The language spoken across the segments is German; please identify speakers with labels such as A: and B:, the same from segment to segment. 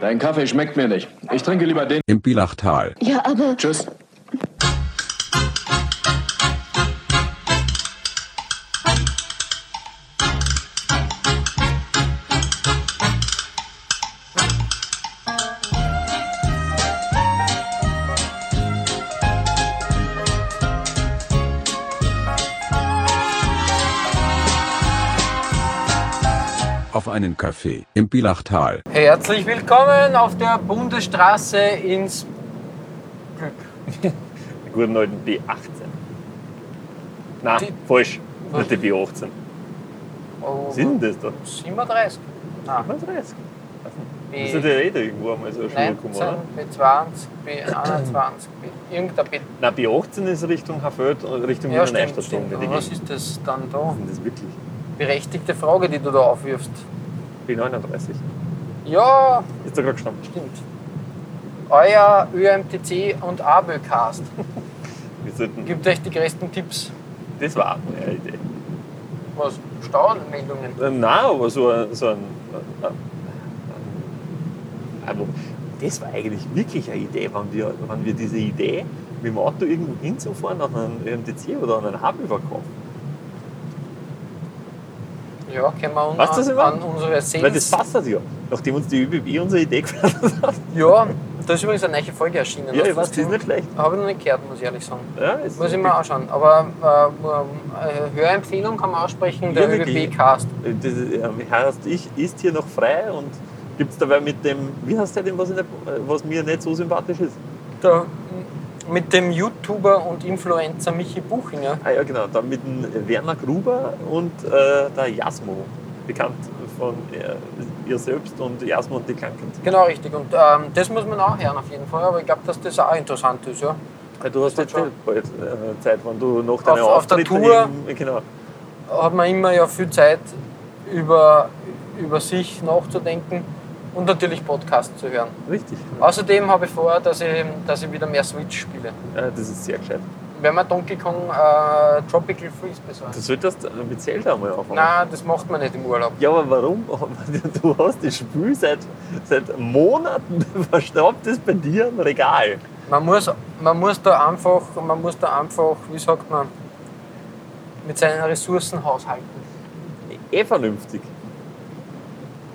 A: Dein Kaffee schmeckt mir nicht. Ich trinke lieber den.
B: Im Bilachtal.
C: Ja, aber.
A: Tschüss.
B: Auf einen Kaffee. Im Bilachtal.
D: Herzlich willkommen auf der Bundesstraße ins.
E: guten alten B18. Nein,
D: Die-
E: falsch.
D: Was?
E: Nicht die B18.
D: Oh,
E: Was sind denn das da?
D: 37. Nein,
E: 35. Ah. Das
D: B,
E: ist ja eh da irgendwo einmal so eine Schule
D: 19,
E: gekommen, oder?
D: B20, B21, B, irgendein B.
E: Nein, B18 ist Richtung Hafeld, Richtung
D: Ja,
E: Wiener
D: stimmt,
E: Neustadt.
D: stimmt.
E: irgendwie die
D: Aber Was
E: Gegend.
D: ist das dann da?
E: Was ist denn das wirklich?
D: Berechtigte Frage, die du da aufwirfst.
E: B39.
D: Ja,
E: Ist da gerade gestanden.
D: stimmt. Euer ÖMTC und ABÖ-Cast
E: Wir sollten,
D: gibt euch die größten Tipps.
E: das war auch eine Idee.
D: Was? Staumeldungen?
E: Äh, Nein, aber so ein. So ein, ein, ein aber das war eigentlich wirklich eine Idee, wenn wir, wenn wir diese Idee mit dem Auto irgendwo hinzufahren, an einen MTC oder an einen Hub verkaufen.
D: Ja, können wir uns
E: Weißt du, was ich
D: an,
E: meine?
D: an unsere
E: Weil das
D: Sales.
E: passt halt ja. Nachdem uns die ÖBB unsere Idee gefallen hat.
D: Ja, da ist übrigens eine neue Folge erschienen.
E: Ja,
D: Hast
E: ich
D: du
E: weiß, das ist nicht schlecht.
D: Habe ich noch nicht gehört, muss ich ehrlich sagen.
E: Ja, es
D: Muss
E: ist
D: ich mir anschauen. Aber äh, äh, Hörempfehlung kann man aussprechen, der
E: Ja, wirklich.
D: ÖBB-Cast.
E: Das ist, ähm, heißt, ich ist hier noch frei und gibt es dabei mit dem, wie heißt der denn, was, ich nicht, was mir nicht so sympathisch ist?
D: Der- Mit dem YouTuber und Influencer Michi Buchinger.
E: Ah ja, genau, dann mit dem Werner Gruber und äh, der Jasmo, bekannt von äh, ihr selbst und Jasmo und die Kranken.
D: Genau, richtig. Und ähm, das muss man auch hören auf jeden Fall. Aber ich glaube, dass das auch interessant ist, ja.
E: Du hast
D: Das
E: jetzt
D: hat
E: eh bald äh, Zeit, wann du nach deiner
D: auf der
E: Auftritte
D: Tour.
E: eben- Genau.
D: Hat man immer ja viel Zeit, über, über sich nachzudenken und natürlich Podcast zu hören.
E: Richtig.
D: Außerdem habe ich vor, dass ich, dass ich wieder mehr Switch spiele.
E: Ja, das ist sehr gescheit.
D: Wenn man Donkey Kong äh, Tropical Freeze besorgt.
E: Du solltest äh, mit Zelda mal anfangen.
D: Nein, das macht man nicht im Urlaub.
E: Ja, aber warum? Du hast das Spiel seit, seit Monaten verstaubt, das bei dir im Regal.
D: Man muss, man muss da einfach, man muss da einfach, wie sagt man, mit seinen Ressourcen haushalten.
E: Eh vernünftig.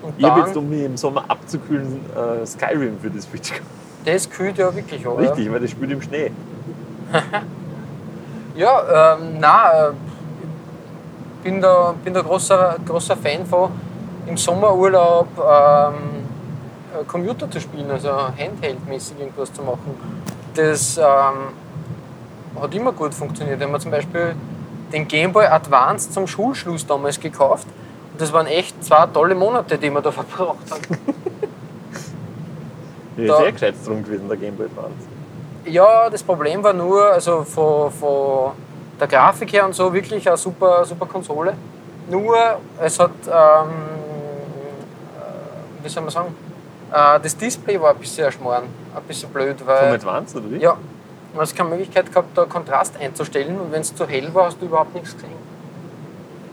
D: Und
E: Ich habe jetzt,
D: dann,
E: um mich im Sommer abzukühlen, äh, Skyrim für die Switch gekauft.
D: das kühlt ja wirklich, oder?
E: um Richtig, weil das spielt im Schnee.
D: Ja, ähm, nein, äh, ich bin da, bin da großer, großer Fan von, im Sommerurlaub ähm, äh, Computer zu spielen, also Handheld-mäßig irgendwas zu machen. Das ähm, hat immer gut funktioniert. Wenn man zum Beispiel den Game Boy Advance zum Schulschluss damals gekauft, das waren echt zwei tolle Monate, die man da verbracht hat.
E: Ja,
D: Da- Äh,
E: sehr gescheit drum gewesen, der Gameboy Advance.
D: Ja, das Problem war nur, also von, von der Grafik her und so wirklich eine super, super Konsole. Nur, es hat, ähm, äh, wie soll man sagen, äh, das Display war ein bisschen erschmoren, ein bisschen blöd,
E: Vom
D: weil.
E: Advance, oder wie?
D: Ja, man hat keine Möglichkeit gehabt, da Kontrast einzustellen und wenn es zu hell war, hast du überhaupt nichts gesehen.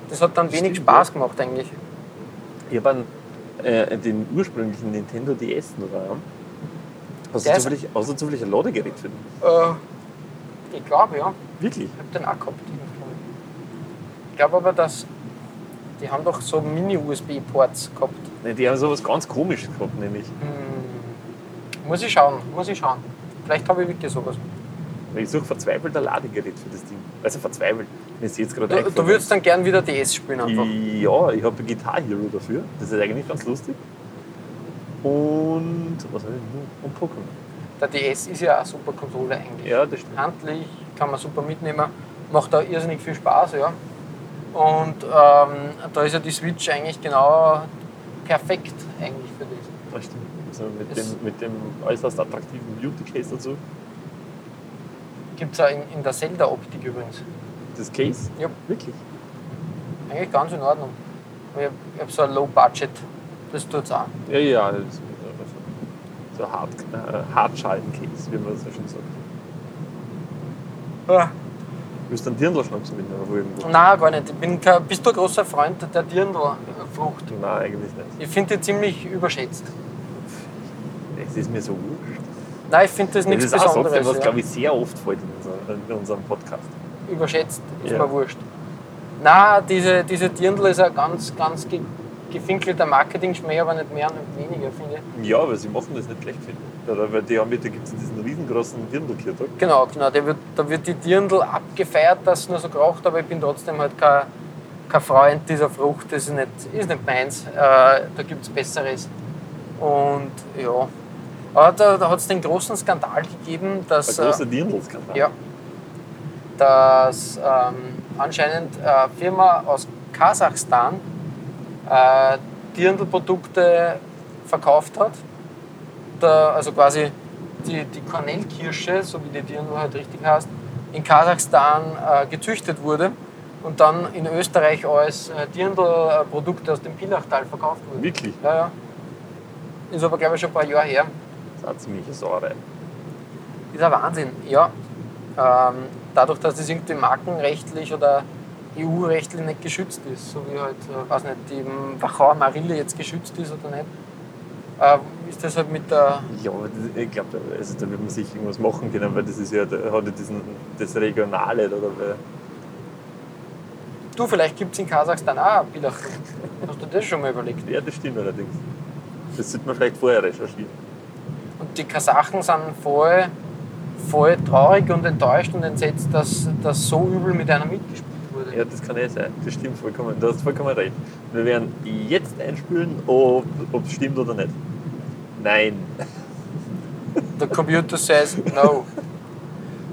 D: Das hat dann wenig
E: Stimmt,
D: Spaß gemacht, eigentlich.
E: Ich habe äh, den ursprünglichen Nintendo DS noch haben. Hast du
D: Der ist-
E: zufällig, hast du zufällig ein Ladegerät für den?
D: Äh, ich glaube, ja.
E: Wirklich?
D: Ich hab den auch gehabt. irgendwann. Ich glaube aber, dass die haben doch so Mini-USB-Ports gehabt.
E: Ne, Die haben sowas ganz komisches gehabt, nämlich.
D: Hm. Muss ich schauen, muss ich schauen. Vielleicht habe ich wirklich sowas.
E: Ich suche verzweifelt ein Ladegerät für das Ding. Also verzweifelt. Mir ist jetzt gerade
D: Du, du
E: eingefallen.
D: würdest dann gern wieder DS spielen einfach.
E: Ja, ich habe Guitar Hero dafür. Das ist eigentlich ganz lustig. Und was habe ich noch? Und Pokémon.
D: Der DS ist ja auch eine super Konsole eigentlich.
E: Ja, das stimmt.
D: Handlich, kann man super mitnehmen, macht da irrsinnig viel Spaß, ja. Und ähm, da ist ja die Switch eigentlich genau perfekt eigentlich für das.
E: Das stimmt. Also mit,
D: Es-
E: dem, mit dem äußerst attraktiven Beauty Case dazu.
D: Gibt es auch in, in der Zelda-Optik übrigens.
E: Das Case?
D: Ja.
E: Wirklich?
D: Eigentlich ganz in Ordnung. Aber Ich habe hab so ein Low Budget. Das tut es auch.
E: Ja, ja. Das, ist, äh, so Hart, äh, Hartschalen-Case, wie man das so schön sagt. Du bist ein Dirndl-Schnaps mit oder irgendwo.
D: Nein, gar nicht. Ich bin kein, bist du ein großer Freund der Dirndl-Frucht?
E: Nein, eigentlich nicht.
D: Ich finde die ziemlich überschätzt.
E: es ist mir so wurscht.
D: Nein, ich finde das
E: Das
D: nichts
E: ist auch so etwas,
D: Besonderes.
E: was,
D: ja.
E: glaube ich, sehr oft fällt in unserem, in unserem Podcast.
D: Überschätzt, ist
E: Ja.
D: mir wurscht. Nein, diese, diese Dirndl ist ein ganz, ganz ge gefinkelter Marketing-Schmäh, aber nicht mehr und nicht weniger, finde ich.
E: Ja, weil sie machen das nicht schlecht, finde ich. Oder weil die haben, da gibt es diesen riesengroßen Dirndlkirtag.
D: Genau, genau. Der wird, da wird die Dirndl abgefeiert, dass es nur so kracht, aber ich bin trotzdem halt kein, kein Freund dieser Frucht. Das ist nicht, ist nicht meins. Äh, da gibt es Besseres. Und ja. Aber da, da hat es den großen Skandal gegeben,
E: Ein
D: dass. äh,
E: großer Dirndlskandal.
D: Ja. Dass ähm, anscheinend eine Firma aus Kasachstan äh, Dirndl-Produkte verkauft hat. Da, also quasi die, die Kornellkirsche, so wie die Dirndl halt richtig heißt, in Kasachstan äh, gezüchtet wurde und dann in Österreich als äh, Dirndl-Produkte aus dem Pilachtal verkauft wurde.
E: Wirklich?
D: Ja, ja. Ist aber, glaube ich, schon ein paar Jahre her.
E: Das hat ziemliche Sauerei.
D: Dieser Wahnsinn, ja. Ähm, dadurch, dass das irgendwie markenrechtlich oder EU-rechtlich nicht geschützt ist, so wie halt, äh, weiß nicht, die ähm, Wachauer Marille jetzt geschützt ist oder nicht, äh, ist das halt mit der.
E: Ja, aber das, ich glaube, da, also, da wird man sich irgendwas machen können, weil das ist ja, da hat ja diesen, das Regionale, oder? Weil,
D: Du, vielleicht gibt es in Kasachstan auch ein Bilach. Hast du das schon mal überlegt?
E: ja, das stimmt allerdings. Das sollte man vielleicht vorher recherchieren.
D: Und die Kasachen sind voll, voll traurig und enttäuscht und entsetzt, dass das so übel mit einer mitgespielt wurde.
E: Ja, das kann eh sein. Das stimmt vollkommen. Du hast vollkommen recht. Wir werden jetzt einspülen, ob es stimmt oder nicht. Nein.
D: The computer says no.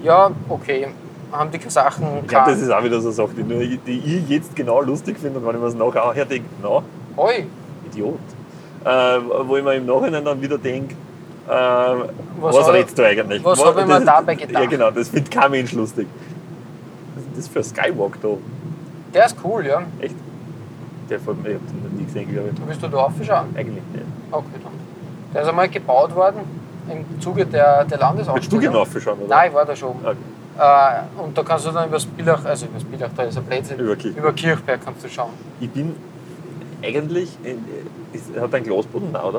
D: Ja, okay. Haben die Kasachen.
E: Ich glaube, das ist auch wieder so eine Sache, die, nur, die ich jetzt genau lustig finde und wenn ich mir das nachher auch denke, na,
D: Oi,
E: Idiot. Äh, wo ich mir im Nachhinein dann wieder denke, äh, was,
D: hab-
E: redest du eigentlich?
D: was hab ich mir
E: das-
D: dabei gedacht?
E: Ja, genau, das findet kein Mensch lustig. Was ist das für ein Skywalk da?
D: der ist cool, ja.
E: Echt? Der fällt mir, ich hab den noch nie gesehen, glaube ich.
D: Willst du da aufschauen?
E: Eigentlich nicht.
D: Okay, dann. Der ist einmal gebaut worden im Zuge der, der
E: Willst du
D: Landesausstellung.
E: genau aufschauen, oder?
D: Nein, ich war da schon.
E: Okay.
D: Äh, und da kannst du dann über das Billach, also über das Billach, da ist ein Blödsinn.
E: Über Kirchberg.
D: Über Kirchberg kannst du schauen.
E: Ich bin eigentlich, äh, es hat einen Glasboden, auch, oder?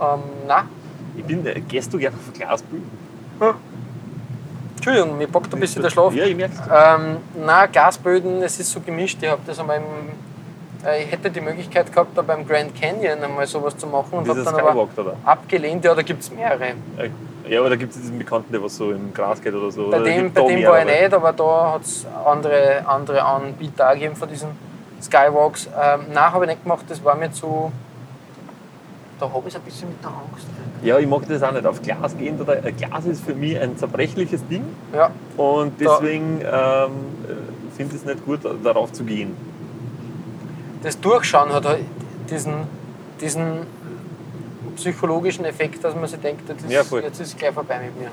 D: Ähm, nein.
E: Ich bin, äh, gehst du gerne auf Glasböden?
D: Entschuldigung, mir bockt ein bisschen der Schlaf.
E: Ja, ich merke
D: Ähm, na, Glasböden, es ist so gemischt. Ich habe das einmal im, äh, ich hätte die Möglichkeit gehabt, da beim Grand Canyon einmal sowas zu machen und habe
E: Dieser
D: dann aber
E: Skywalk, oder?
D: abgelehnt. Ja, da gibt es mehrere.
E: Ja, aber da gibt es diesen Bekannten, der was so im Gras geht oder so.
D: Bei
E: oder da
D: dem,
E: gibt's da
D: bei dem war ich
E: mehrere.
D: nicht, aber da hat es andere, andere Anbieter auch gegeben von diesen Skywalks. Ähm, nein, habe ich nicht gemacht, das war mir zu. Da habe ich ein bisschen mit der Angst.
E: Ja, ich mag das auch nicht auf Glas gehen. Oder, äh, Glas ist für mich ein zerbrechliches Ding
D: Ja,
E: und
D: Da-
E: deswegen ähm, äh, finde ich es nicht gut, darauf zu gehen.
D: das Durchschauen hat halt diesen, diesen psychologischen Effekt, dass man sich denkt, das ist,
E: Ja, voll.
D: jetzt ist gleich vorbei mit mir.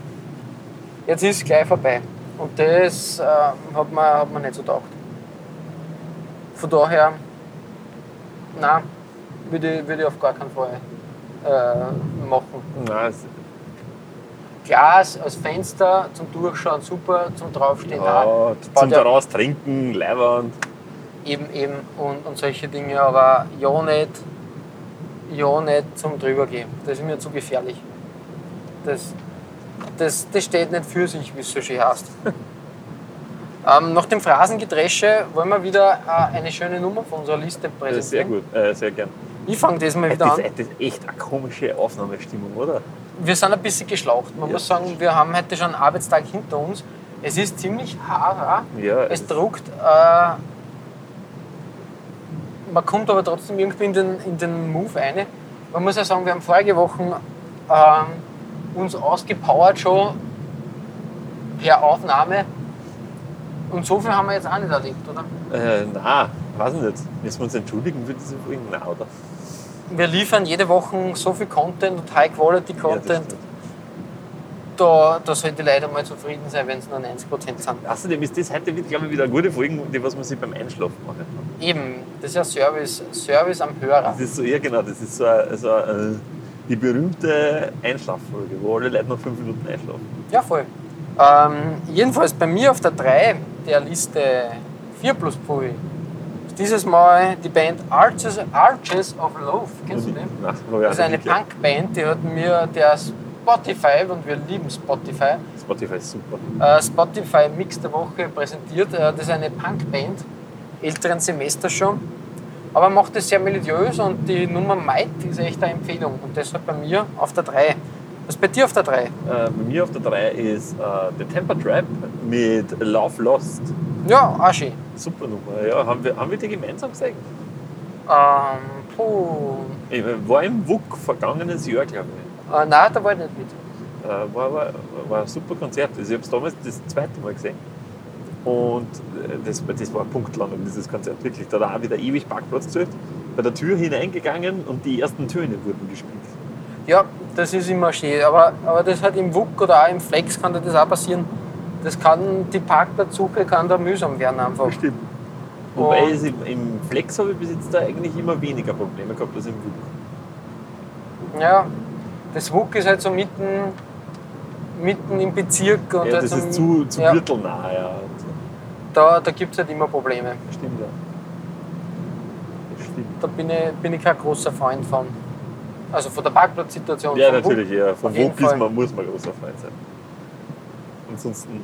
D: Jetzt ist gleich vorbei. Und das äh, hat, man, hat man nicht so gedacht. Von daher, nein, würde ich, würde ich auf gar keinen Fall äh, machen.
E: Nein, es,
D: Glas als Fenster zum Durchschauen super, zum Draufstehen auch.
E: ja,
D: baut
E: zum
D: ja-
E: daraus trinken, leibernd.
D: eben, eben und, und solche Dinge, aber ja nicht, ja nicht zum drübergehen. Das ist mir zu gefährlich. Das, das, das steht nicht für sich, wie es so schön heißt. ähm, nach dem Phrasengedresche wollen wir wieder äh, eine schöne Nummer von unserer Liste
E: Das
D: präsentieren.
E: ist sehr gut, äh, sehr gern. Äh,
D: Ich fange das mal
E: Das,
D: wieder an.
E: das ist echt eine komische Aufnahmestimmung, oder?
D: Wir sind ein bisschen geschlaucht. Man
E: Ja.
D: muss sagen, wir haben heute schon einen Arbeitstag hinter uns. Es ist ziemlich haarer.
E: Ja,
D: Es
E: es-
D: druckt. Äh, man kommt aber trotzdem irgendwie in den, in den Move rein. Man muss ja sagen, wir haben vorige Wochen ähm, uns ausgepowert schon per Aufnahme. Und so viel haben wir jetzt auch nicht erlebt, oder?
E: Äh, na, weiß ich nicht. Müssen wir uns entschuldigen für diese Folge? Nein, oder?
D: Wir liefern jede Woche so viel Content und
E: Ja, das
D: High-Quality-Content.
E: stimmt.
D: da, da sollen die Leute mal zufrieden sein, wenn es nur 90% sind.
E: Außerdem ist das heute, glaube ich, wieder eine gute Folge, die was man sich beim Einschlafen machen kann.
D: Eben, das ist ja Service, Service am Hörer.
E: Das ist so, ja genau, das ist so, eine- so eine, äh, die berühmte Einschlaffolge, wo alle Leute nach fünf Minuten einschlafen.
D: Ja, voll. Ähm, jedenfalls bei mir auf der 3 der Liste 4 plus Pui ist dieses Mal die Band Arches, Arches of Love. Kennst du die?
E: Nach,
D: Das ist eine Punkband, die hat mir der Spotify, und wir lieben Spotify,
E: Spotify ist super.
D: äh, Spotify Mix der Woche präsentiert. Äh, Das ist eine Punkband, älteren Semester schon, aber macht es sehr melodiös und die Nummer Might ist echt eine Empfehlung und deshalb bei mir auf der 3. Was ist bei dir auf der 3?
E: Äh, bei mir auf der 3 ist äh, The Temper Trap mit Love Lost.
D: Ja, Aschi.
E: Super Nummer, ja. Haben wir, haben wir die gemeinsam gesehen?
D: Ähm, puh.
E: Ich war im WUK vergangenes Jahr, glaube ich.
D: Äh, nein, da war ich nicht mit.
E: Äh, war, war, war ein super Konzert. Also ich habe es damals das zweite Mal gesehen. Und äh, das, das war eine Punktlandung, dieses Konzert. Wirklich, da hat er auch wieder ewig Parkplatz gesucht, bei der Tür hineingegangen und die ersten Töne wurden gespielt.
D: Ja, das ist immer schön, aber, aber das hat im WUK oder auch im Flex kann da das auch passieren. Das kann, die Parkplatzsuche kann da mühsam werden einfach.
E: Stimmt. Wobei es im, im Flex habe ich bis jetzt da eigentlich immer weniger Probleme gehabt als im WUK.
D: Ja, das WUK ist halt so mitten, mitten im Bezirk und
E: Ja,
D: halt
E: das
D: so
E: ist zu, zu
D: ja,
E: gürtelnah, ja. Und so.
D: da, da gibt es halt immer Probleme.
E: Stimmt, ja. Das Stimmt.
D: Da bin ich, bin ich kein großer Freund von. Also von der Parkplatzsituation.
E: Ja,
D: vom WUK.
E: natürlich, ja. Vom
D: Auf jeden
E: Wok ist
D: Fall.
E: man, muss man großer Freund sein. Ansonsten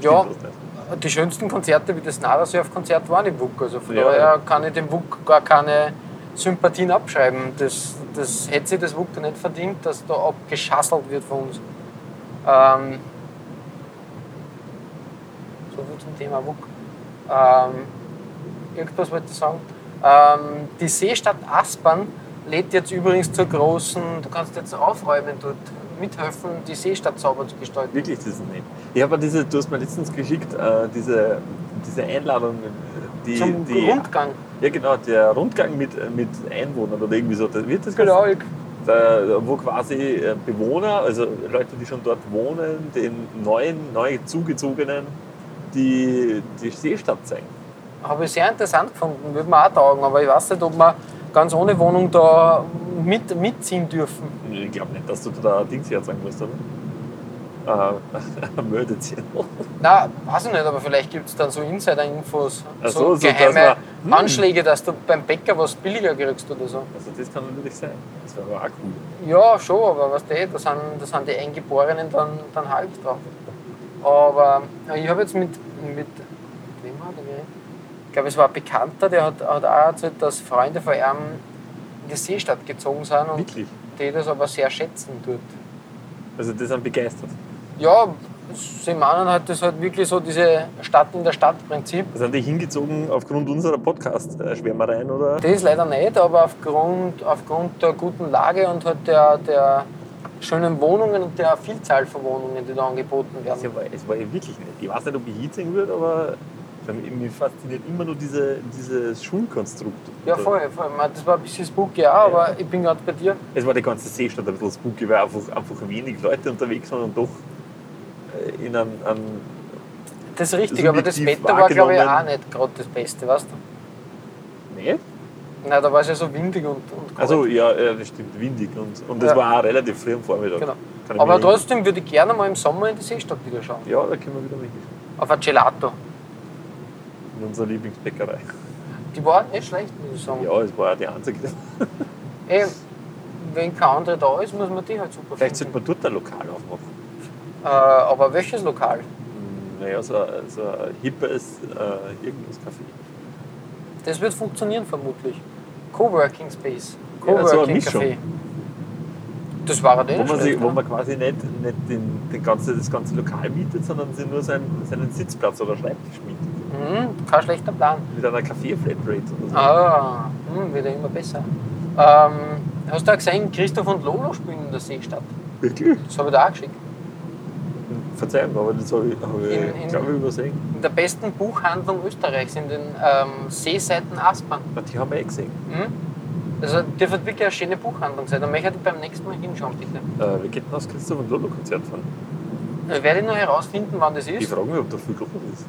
D: Ja,
E: stimmt das nicht.
D: die schönsten Konzerte wie das Narasurf-Konzert waren im WUK. Also von
E: Ja.
D: daher kann ich dem WUK gar keine Sympathien abschreiben. Das, das hätte sich das WUK nicht verdient, dass da abgeschasselt wird von uns. Ähm, so viel zum Thema WUK. Ähm, irgendwas wollte ich sagen. Ähm, die Seestadt Aspern lädt jetzt übrigens zur großen, du kannst jetzt aufräumen dort mithelfen, die Seestadt sauber zu gestalten.
E: Wirklich, das ist nicht. Ich habe diese, du hast mir letztens geschickt, äh, diese, diese Einladung, äh, die,
D: Zum
E: die
D: Rundgang.
E: ja genau, der Rundgang mit, äh, mit Einwohnern oder irgendwie so, das wird das
D: Genau,
E: heißen?
D: ich-
E: da, wo quasi äh, Bewohner, also Leute, die schon dort wohnen, den neuen, neu zugezogenen, die, die Seestadt zeigen.
D: Habe ich sehr interessant gefunden, würde mir auch taugen, aber ich weiß nicht, ob wir ganz ohne Wohnung da mit, mitziehen dürfen.
E: Ich glaube nicht, dass du da Dings herzeigen musst, oder? Äh, meldet sich.
D: Na, weiß ich nicht, aber vielleicht gibt es dann so Insider-Infos,
E: Ach
D: so,
E: so, so, dass
D: geheime
E: man- hm.
D: Anschläge, dass du beim Bäcker was billiger kriegst oder so.
E: Also das kann natürlich sein. Das wäre aber auch cool.
D: Ja, schon, aber was weißt du, eh, da sind, da sind die Eingeborenen dann, dann halb drauf. Aber ja, ich habe jetzt mit, mit wem hat er geredet? Ich glaube, es war ein Bekannter, der hat, hat auch erzählt, dass Freunde von ihm in die Seestadt gezogen sind und
E: Wirklich?
D: die das aber sehr schätzen dort.
E: Also das sind begeistert.
D: Ja, sie meinen halt das halt wirklich so diese Stadt in der Stadt-Prinzip.
E: Sind die hingezogen aufgrund unserer Podcast-Schwärmereien oder?
D: Das leider nicht, aber aufgrund, aufgrund der guten Lage und halt der, der schönen Wohnungen und der Vielzahl von Wohnungen, die da angeboten
E: Es
D: werden.
E: war, es war ja wirklich nicht. Ich weiß nicht, ob ich hinziehen würde, aber mir fasziniert immer nur diese, dieses Schulkonstrukt.
D: Ja, voll, voll. Ich meine, Das war ein bisschen spooky auch, aber ich bin gerade bei dir.
E: Es war die ganze Seestadt ein bisschen spooky, weil einfach, einfach wenig Leute unterwegs waren und doch äh, in einem, einem
D: Das ist richtig,
E: Subjektiv
D: aber das Wetter war, glaube ich, auch
E: Also wahrgenommen.
D: nicht gerade das Beste, weißt du?
E: nicht?
D: Nein, da war es ja so windig und, und kalt.
E: Also ja, ja, das stimmt, windig. Und, und das
D: Ja.
E: war auch relativ früh am Vormittag.
D: Genau.
E: Kann ich
D: Aber
E: mich erinnern.
D: trotzdem würde ich gerne mal im Sommer in die Seestadt wieder schauen.
E: Ja, da können wir wieder mit
D: Auf ein Gelato.
E: in unserer Lieblingsbäckerei.
D: Die war nicht schlecht, muss ich sagen.
E: Ja, es war ja die einzige.
D: Ey, Eh, wenn kein anderer da ist, muss man die halt super
E: Vielleicht sollte
D: finden.
E: man dort ein Lokal aufmachen.
D: Äh, aber welches Lokal?
E: Naja, so, ein- so ein hippes äh, irgendwas Café.
D: Das wird funktionieren vermutlich. Coworking Space.
E: Ja, so eine
D: Coworking
E: Mischung.
D: Café. Das war ja
E: Wo
D: nicht
E: man, sich,
D: schlecht,
E: wo
D: ne?
E: man quasi nicht, nicht den, den ganze, das ganze Lokal mietet, sondern sich nur seinen, seinen Sitzplatz oder Schreibtisch mietet.
D: Mhm, kein schlechter Plan.
E: Mit einer Kaffee-Flatrate oder so.
D: Ah, hm, wird ja immer besser. Ähm, hast du auch gesehen, Christoph und Lolo spielen in der Seestadt?
E: Wirklich?
D: Das habe ich dir auch geschickt.
E: Verzeihung, aber das habe ich, hab
D: In- in-
E: ich glaube ich, übersehen.
D: In der besten Buchhandlung Österreichs, in den ähm, Seeseiten Aspern.
E: Na, Die haben wir eh gesehen.
D: Hm? Also, das wird wirklich eine schöne Buchhandlung sein. Da möchte ich beim nächsten Mal hinschauen, bitte.
E: Äh, wir könnten aufs Christoph und Lolo Konzert fahren.
D: Ich Äh, werde noch herausfinden, wann das
E: Ich
D: ist.
E: frage mich, ob da viel gelungen ist.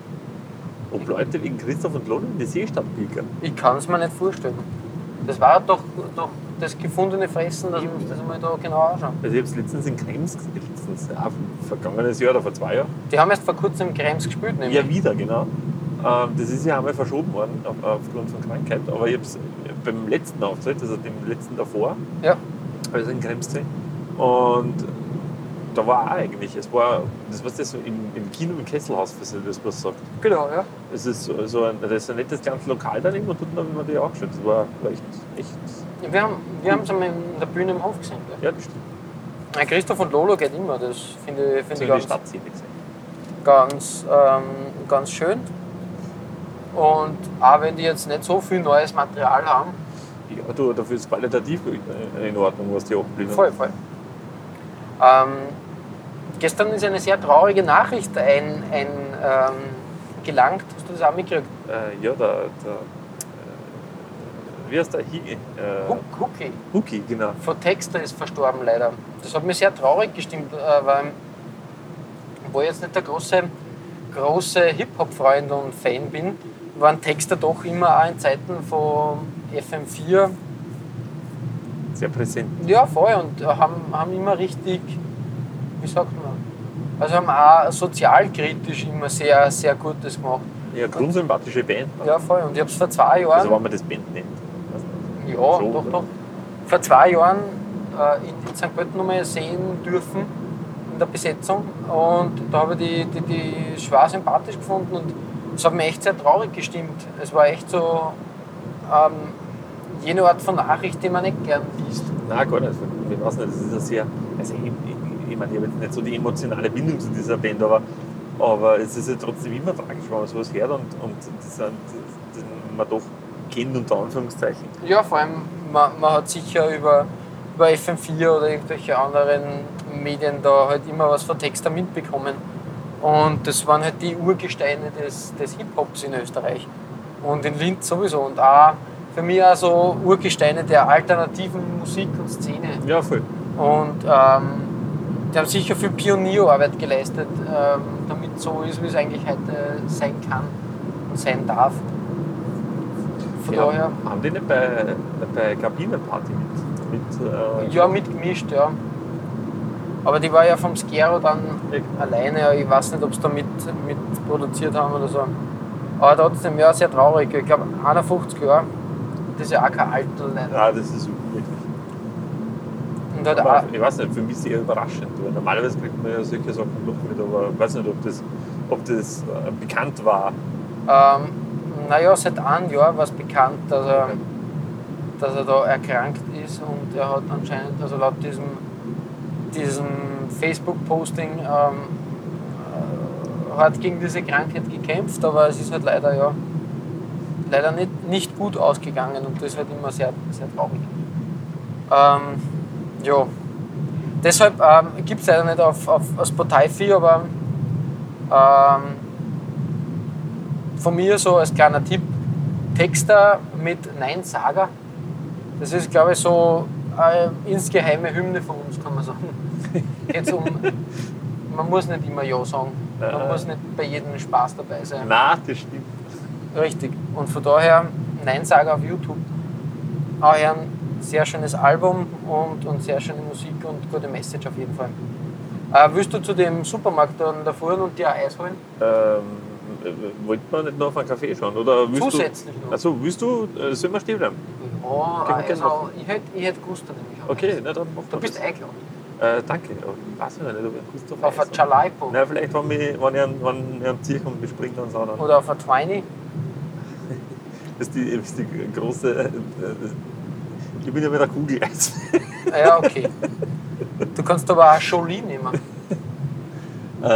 E: Ob Leute wegen Christoph und Lolo in die Seestadt pilgern.
D: Ich kann es mir nicht vorstellen. Das war doch, doch das gefundene Fressen, dass wir uns das einmal da genau anschauen.
E: Also ich habe es letztens in Krems gesehen, letztens, auch vergangenes Jahr oder vor zwei Jahren.
D: Die haben erst vor kurzem Krems gespielt, nämlich.
E: Ja, wieder, genau. Ähm, das ist ja einmal verschoben worden auf, aufgrund von Krankheit, aber ich habe es beim letzten Auftritt, also dem letzten davor,
D: Ja.
E: also in Kremsee, und da war auch eigentlich, es war, das was das so im, im Kino im Kesselhaus, was ihr das was sagt.
D: Genau, ja.
E: Es ist so so ein, das ist ein nettes kleines Lokal daneben und dort haben wir die auch geschaut. Das war echt, echt,
D: Wir haben wir es einmal in der Bühne im Hof gesehen. gell?
E: ja, das stimmt.
D: Nein, Christoph und Lolo geht immer, das finde ich,
E: So
D: finde
E: in die
D: ich ganz,
E: Stadt sehen gesehen.
D: ganz, ähm, ganz schön. Und auch wenn die jetzt nicht so viel neues Material haben,
E: Ja, du, dafür ist qualitativ in Ordnung, was die abbilden.
D: voll, voll. Ähm, gestern ist eine sehr traurige Nachricht ein, ein, ähm, gelangt. Hast du das auch mitgekriegt?
E: Äh, ja, der, der äh, wie heißt der? Hi, äh,
D: Hook- Hookie
E: Huki, genau.
D: von Texter ist verstorben leider. Das hat mich sehr traurig gestimmt, äh, weil ich war jetzt nicht der große, große Hip-Hop-Freund und Fan bin, waren Texter doch immer auch in Zeiten von FM4
E: Sehr präsent.
D: ja, voll. Und haben, haben immer richtig, wie sagt man, also haben auch sozialkritisch immer sehr, sehr Gutes gemacht.
E: Ja, grundsympathische Band. ne?
D: Ja, voll. Und ich habe es vor zwei Jahren,
E: Also, wenn man das Band nennt. Weiß nicht.
D: ja,
E: so,
D: doch,
E: oder?
D: doch, vor zwei Jahren äh, in, in St. Pölten nochmal sehen dürfen in der Besetzung. Und da habe ich die, die, die schwer sympathisch gefunden und es hat mich echt sehr traurig gestimmt. Es war echt so ähm, jene Art von Nachricht, die man nicht gern liest.
E: Nein, gar nicht. Ich weiß nicht, das ist ja sehr. Also, ich, ich, ich meine, ich habe jetzt nicht so die emotionale Bindung zu dieser Band, aber, aber es ist ja trotzdem immer tragisch, wenn man sowas hört und, und das sind, das, das man doch kennt, unter Anführungszeichen.
D: Ja, vor allem, man, man hat sicher über, über FM4 oder irgendwelche anderen Medien da halt immer was von Texter mitbekommen. Und das waren halt die Urgesteine des, des Hip-Hops in Österreich. Und in Linz sowieso. Und auch für mich auch so Urgesteine der alternativen Musik und Szene.
E: Ja, voll.
D: Und ähm, die haben sicher viel Pionierarbeit geleistet, ähm, damit so ist, wie es eigentlich heute sein kann und sein darf. Von
E: Ja,
D: daher.
E: Haben die nicht bei, bei Kabinenparty mit? mit äh,
D: Ja, mitgemischt, ja. Aber die war ja vom Skero dann alleine. Ich weiß nicht, ob sie da mit, mit produziert haben oder so. Aber trotzdem, ja, sehr traurig. Ich glaube, 51 Jahre, das ist ja auch kein Alter. leider.
E: Ja, Ah, das ist wirklich.
D: Und halt
E: Aber
D: auch,
E: ich weiß nicht, für mich sehr überraschend. Weil normalerweise kriegt man ja solche Sachen noch mit, aber ich weiß nicht, ob das, ob das äh, bekannt war.
D: ähm, naja, seit einem Jahr war es bekannt, dass er, dass er da erkrankt ist und er hat anscheinend, also laut diesem, diesem Facebook-Posting, ähm, äh, hat gegen diese Krankheit gekämpft, aber es ist halt leider ja leider nicht, nicht gut ausgegangen und das ist halt immer sehr, sehr traurig. Ähm, ja. Deshalb ähm, gibt es leider nicht auf, auf, auf Spotify, aber ähm, von mir so als kleiner Tipp, Texter mit Nein Saga. Das ist, glaube ich, so eine insgeheime Hymne von uns, kann man sagen. Geht's um, man muss nicht immer Ja sagen. Man
E: Äh.
D: muss nicht bei jedem Spaß dabei sein.
E: Nein, das stimmt.
D: Richtig. Und von daher Neinsager auf YouTube. Auch ein sehr schönes Album und, und sehr schöne Musik und gute Message auf jeden Fall. Äh, willst du zu dem Supermarkt dann da fahren und dir ein Eis holen?
E: Ähm, äh, wollte man nicht noch auf einen Kaffee schauen? Oder willst
D: Zusätzlich
E: du,
D: noch.
E: Achso, willst du, äh, sollen wir stehen bleiben?
D: Ja,
E: Können wir
D: ein
E: gerne
D: Eis auch. Oh, also, ich hätte ich hätt Gusto nämlich. auch.
E: Okay, na dann machen
D: Du
E: wir
D: bist
E: das.
D: eingeladen.
E: Äh, danke. Aber Ich weiß ja nicht, ob ich Gustav
D: Auf ein Chalaipo
E: Nein, vielleicht, wenn, wir, wenn ich einen, wenn ich einen ziehe und wir springen uns an.
D: oder auf ein Twiney.
E: Das ist die, ist die große. Äh, ich bin ja mit der Kugel Äh, eins.
D: Ja, okay. Du kannst aber auch Jolie nehmen.
E: äh,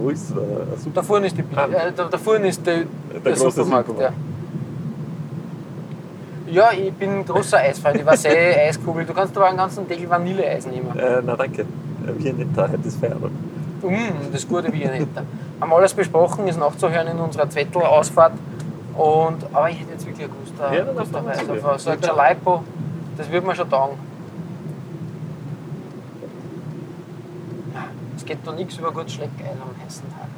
E: wo ist der? Super.
D: Da vorne ist, die,
E: Ah.
D: äh, da, da vorne ist der, der,
E: große
D: Supermarkt.
E: Supermarkt.
D: Ja. ja, ich bin ein großer Eisfreund. Ich war sehr Eiskugel. Du kannst aber einen ganzen Deckel Vanilleeis nehmen.
E: Äh, na danke. Wir nicht da, halt das Feierabend.
D: Mm, das gute Viennetta. Haben alles besprochen, ist nachzuhören in unserer Zettel-Ausfahrt. Und, aber ich hätte jetzt wirklich Lust auf
E: Ja, dann
D: Lust auf
E: machen wir
D: Eis.
E: das
D: Auf
E: wieder.
D: ein- so ein Jalaipo, das würde man schon taugen. Es geht doch nichts über gut Schleckeis am heißen Tag.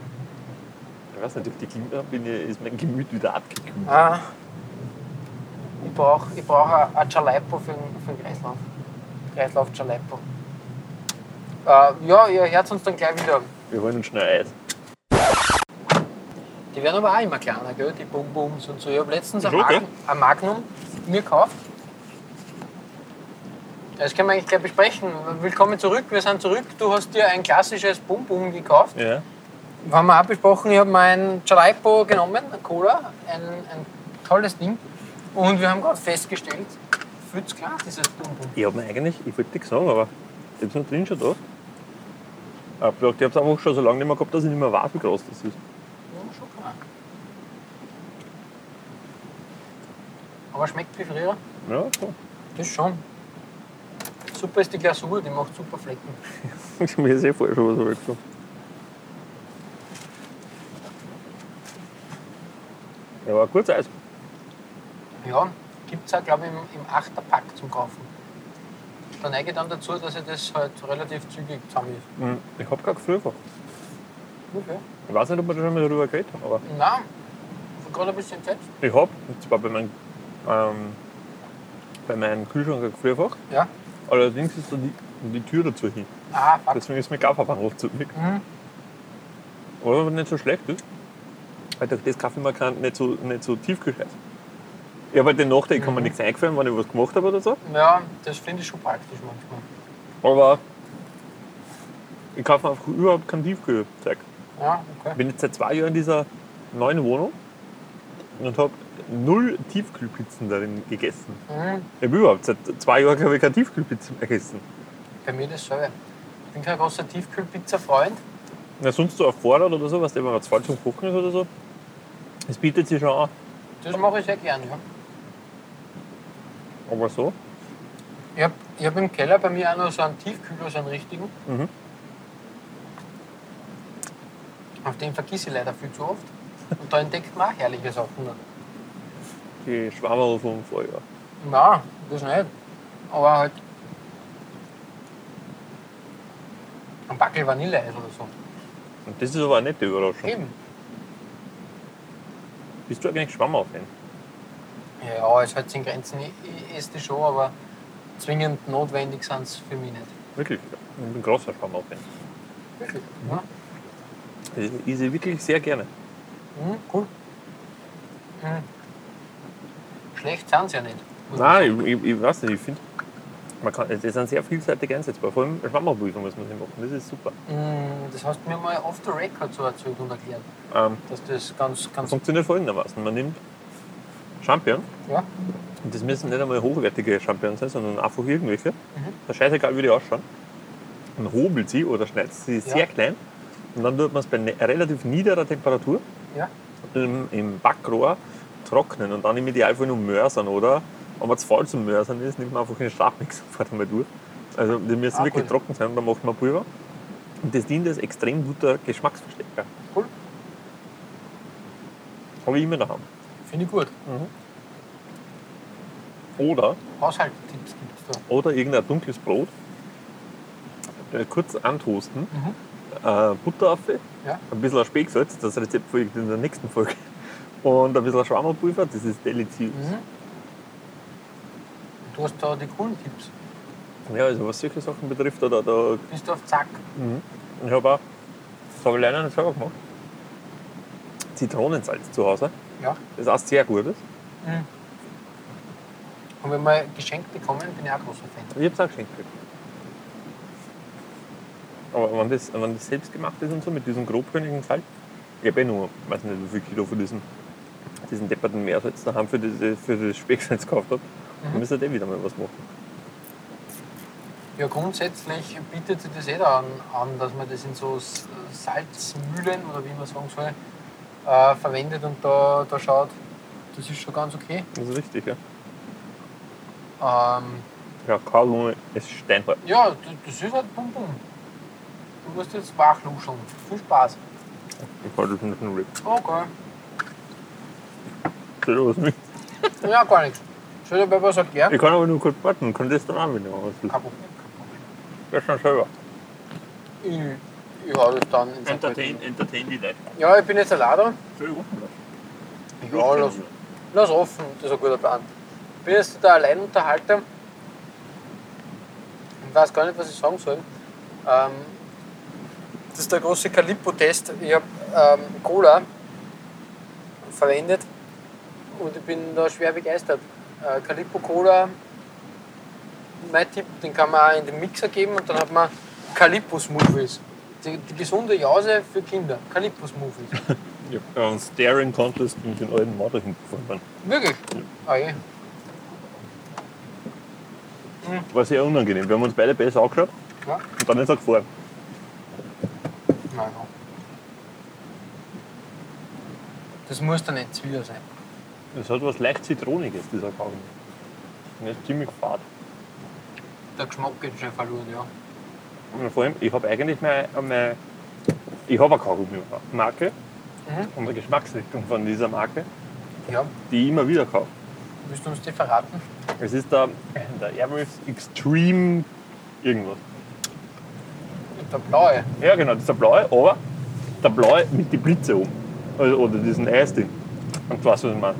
E: Ich weiß nicht, durch die Klima bin ich, ist mein Gemüt wieder abgekühlt.
D: Ah, ich brauche ich brauch ein ein Jalaipo für den, für den Kreislauf. Kreislauf Jalaipo. Äh, ja, ihr hört uns dann gleich wieder.
E: Wir wollen uns schnell Eis.
D: Die Die werden aber auch immer kleiner, gell? die Bum Bums und so. Ich habe letztens ein,
E: Schon, gell?
D: Mag ein Magnum mir gekauft. Das können wir eigentlich gleich besprechen. Willkommen zurück, wir sind zurück. Du hast dir ein klassisches Bum Bum gekauft.
E: Ja.
D: Haben wir auch besprochen, ich habe mein Jalaipo genommen, ein Cola, ein, ein tolles Ding. Und wir haben gerade festgestellt, fühlt's klar, dieses Bum Bum.
E: Ich habe mir eigentlich, ich wollte nichts sagen, aber ich habe es drin schon da. Ich habe es einfach schon so lange nicht mehr gehabt, dass ich nicht mehr weiß, wie groß das ist.
D: Ja, schon klar. Aber schmeckt wie früher?
E: Ja, so.
D: Das schon. Super ist die Glasur, die macht super Flecken.
E: Mir ist eh vorher schon was weggekommen. Ja, war ein gutes Eis.
D: Ja, gibt es auch, glaube ich, im, im 8er Pack zum Kaufen. Da neige ich dann dazu, dass ich das halt relativ zügig zusammen ist.
E: Mhm. Ich habe gar früher gehabt.
D: Okay.
E: Ich weiß nicht, ob wir da schon mal darüber geredet haben, aber
D: Nein, ich bin gerade ein bisschen entsetzt.
E: ich habe, zwar bei meinem, ähm, bei meinem Kühlschrank ein Gefrierfach,
D: Ja.
E: allerdings ist da die, die Tür dazu hin.
D: Ah, fuck.
E: Deswegen ist mein Kaffeebahnhof zu mir.
D: Mhm.
E: Aber wenn nicht so schlecht ist, weil durch das Kaffee man kann nicht so, nicht so tiefkühl heiß. Ich habe halt den Nachteil, ich kann mir nichts eingefallen, wenn ich was gemacht habe oder so.
D: Ja, das finde ich schon praktisch manchmal.
E: Aber ich kaufe mir einfach überhaupt kein Tiefkühlzeug.
D: Ja,
E: Ich
D: okay.
E: bin jetzt seit zwei Jahren in dieser neuen Wohnung und habe null Tiefkühlpizzen darin gegessen.
D: Mhm.
E: Ich habe überhaupt seit zwei Jahren, glaube ich, keine Tiefkühlpizza mehr gegessen.
D: Bei mir dasselbe. Ich bin kein großer Tiefkühlpizza-Freund.
E: Na, sonst so auf Vorrat oder so, was wenn man was falsch zum Kochen ist oder so. Es bietet sich schon an.
D: Das mache ich sehr gern, ja.
E: Aber so,
D: Ich habe ich hab im Keller bei mir auch noch so einen Tiefkühler, so einen richtigen.
E: Mhm.
D: Auf den vergiss ich leider viel zu oft. Und da entdeckt man auch herrliche Sachen. noch.
E: die Schwammerl vom Vorjahr.
D: Nein, das nicht. Aber halt ein Backel Vanilleeis oder so.
E: Und das ist aber eine nette Überraschung.
D: Eben.
E: Bist du eigentlich Schwammerl-Fan?
D: Ja, es hat seine Grenzen. Ich, ich esse die schon, aber zwingend notwendig sind es für mich nicht.
E: Wirklich, ja. Ich bin großer Schwammerl-Fan.
D: Wirklich? Ja.
E: Ich esse wirklich sehr gerne.
D: Mhm, cool. Mhm. Schlecht sind sie ja nicht.
E: Nein, ich, ich, ich weiß nicht, ich finde, man kann, die sind sehr vielseitig einsetzbar. Vor allem Schwammerprüfung muss man sich machen, das ist super.
D: Mm, Das hast du mir mal off the record so erzählt und erklärt,
E: Ähm,
D: dass das ganz, ganz.
E: funktioniert folgendermaßen: Man nimmt Champion,
D: Ja,
E: und das müssen nicht einmal hochwertige Champions sein, sondern einfach
D: Mhm.
E: irgendwelche. Da scheißegal, wie die ausschauen. Und hobelt sie oder schneidet sie
D: Ja.
E: sehr klein. Und dann tut man es bei ne- relativ niederer Temperatur
D: ja.
E: im, im Backrohr trocknen und dann im Idealfall nur mörsern, oder? Wenn man zu faul zum Mörsern ist, nimmt man einfach den Stabmix sofort einmal durch. Also die müssen
D: Ah,
E: wirklich
D: cool.
E: trocken sein und dann macht man Pulver. Und das dient als extrem guter Geschmacksverstärker.
D: Cool.
E: Habe ich immer daheim.
D: Finde ich gut.
E: Oder,
D: Haushaltstipps gibt es da.
E: oder irgendein dunkles Brot äh, kurz antoasten, äh, Butter auf,
D: Ja.
E: ein bisschen Specksalz, das Rezept folgt in der nächsten Folge, und ein bisschen Schwammerpulver, das ist delizios.
D: Mhm. Du hast da die coolen Tipps.
E: Ja, also was solche Sachen betrifft, da, da, da
D: Bist du auf Zack.
E: ich habe auch, das habe ich leider nicht selber gemacht, Zitronensalz zu Hause,
D: Ja.
E: das ist auch sehr gutes.
D: Und wenn wir geschenkt bekommen, bin ich auch ein großer Fan.
E: Ich habe es auch geschenkt gekriegt. Aber wenn das, wenn das selbst gemacht ist und so, mit diesem grobkörnigen Salz, ich habe eh nur, weiß nicht wie viel Kilo von diesem, diesen depperten Meersalz daheim für, diese, für das Specksalz gekauft habe, dann müsste ich eh wieder mal was machen.
D: Ja, grundsätzlich bietet sich das eh da an, an, dass man das in so S- Salzmühlen oder wie man sagen soll, äh, verwendet und da, da schaut. Das ist schon ganz okay.
E: Das ist richtig, ja.
D: Ähm,
E: Ja, Karlsruhe ist steinhart.
D: ja, d- das ist halt bum bum. Du musst jetzt wachluscheln. Viel Spaß.
E: Ich halte das nicht nur weg.
D: Okay.
E: Stell dir was mit.
D: Ja, gar nichts. Stell dir bei was halt gern.
E: Ich kann aber nur kurz warten, kann das dann auch wieder machen. Das
D: Kein Problem, kein
E: ist ja schon selber.
D: Problem. Ich, ich hau das dann ins
E: entertain die Leute.
D: Ja, ich bin jetzt alleine. Ja, lass, lass offen, das ist ein guter Plan. Ich bin jetzt der Alleinunterhalter. Ich weiß gar nicht, was ich sagen soll. Ähm, das ist der große Kalippo-Test. Ich habe ähm, Cola verwendet und ich bin da schwer begeistert. Äh, Calippo Cola, mein Tipp, den kann man auch in den Mixer geben und dann hat man Calippo Smoothies. Die, die gesunde Jause für Kinder. Calippo Smoothies.
E: Ich habe einen äh, Staring Contest mit den alten Moderchen gefahren.
D: Wirklich? Ah, je.
E: War sehr unangenehm. Wir haben uns beide besser angeschaut
D: Ja.
E: und dann ist er gefahren.
D: Nein, nein. Das muss dann nicht Zwieber sein.
E: Es hat was leicht Zitroniges, dieser Kaugummi. Der ist ziemlich fad.
D: Der Geschmack geht schon verloren, ja.
E: Und vor allem, ich habe eigentlich meine, meine ich habe eine Kaugummi-Marke
D: Mhm.
E: und eine Geschmacksrichtung von dieser Marke,
D: Ja,
E: die ich immer wieder kaufe.
D: willst du uns die verraten?
E: Es ist der, der Airwaves Extreme irgendwas.
D: Der blaue.
E: Ja genau, das ist der blaue, aber der blaue mit den Blitze oben. Also, oder diesen Eisding. Und du weißt, was ich meine.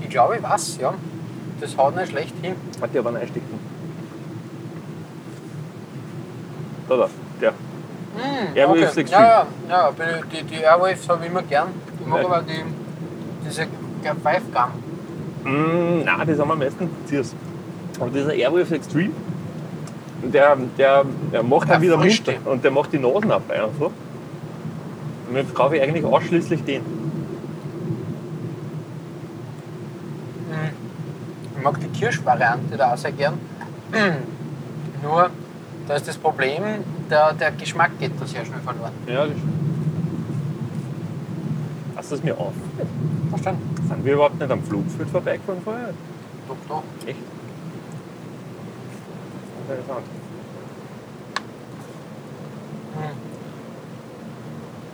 D: Ich glaube, was, ja. Das haut nicht schlecht hin.
E: Hat der aber einen Einstecken. Da, da, der.
D: Mm,
E: Airwaves Extreme.
D: Ja, ja, ja. bin- Die, die Airwaves habe ich immer gern. Ich mag
E: Nein.
D: aber die, diese Five Gum.
E: Mm, nein, das haben wir am meisten. Cheers. Aber dieser Airwaves Extreme, der, der, der macht
D: Der
E: halt wieder
D: frischt
E: munter
D: den.
E: und der macht die Nasen ab und so. Und jetzt kaufe ich eigentlich ausschließlich den.
D: Ich mag die Kirschvariante da auch sehr gern. Nur, da ist das Problem, der, der Geschmack geht da sehr schnell verloren.
E: Ja, das Lass das mir auf.
D: Verstanden?
E: Sind wir überhaupt nicht am Flugfeld vorbeigefahren vorher?
D: Doch, doch.
E: Echt? Interessant.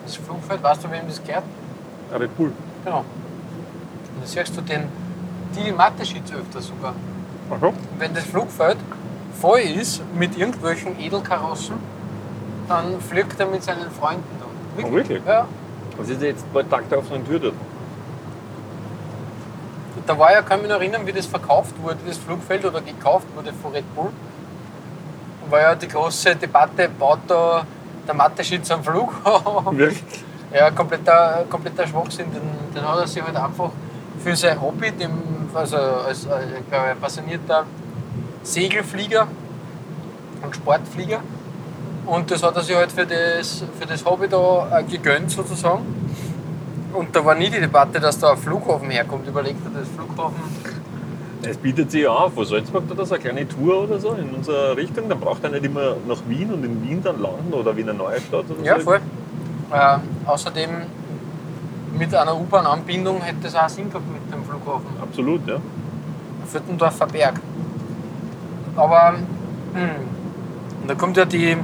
D: Das Flugfeld, weißt du, wem das gehört?
E: Aber cool.
D: Genau. Und da siehst du den Didi Mateschitz öfter sogar.
E: Ach so.
D: Wenn das Flugfeld voll ist mit irgendwelchen Edelkarossen, dann fliegt er mit seinen Freunden da.
E: Oh, wirklich?
D: Ja.
E: Was ist jetzt bei Tag der offenen Tür dort?
D: Da war ja, kann mich noch erinnern, wie das verkauft wurde, das Flugfeld oder gekauft wurde von Red Bull. War ja die große Debatte, baut da der Mateschitz am Flug.
E: Wirklich?
D: Ja, kompletter, kompletter Schwachsinn. Den, den hat er sich halt einfach für sein Hobby, dem, also als, als ich glaube, ein passionierter Segelflieger und Sportflieger. Und das hat er sich halt für das, für das Hobby da äh, gegönnt sozusagen. Und da war nie die Debatte, dass da ein Flughafen herkommt. Überlegt er das Flughafen?
E: Es bietet sich ja an, von Salzburg da so eine kleine Tour oder so in unsere Richtung. Dann braucht er nicht immer nach Wien und in Wien dann landen oder Wiener Neustadt oder
D: Ja,
E: so.
D: voll. Äh, außerdem mit einer U-Bahn-Anbindung hätte das auch Sinn gehabt mit dem Flughafen.
E: Absolut, ja.
D: Wittendorfer Berg. Aber hm, und da kommt ja die,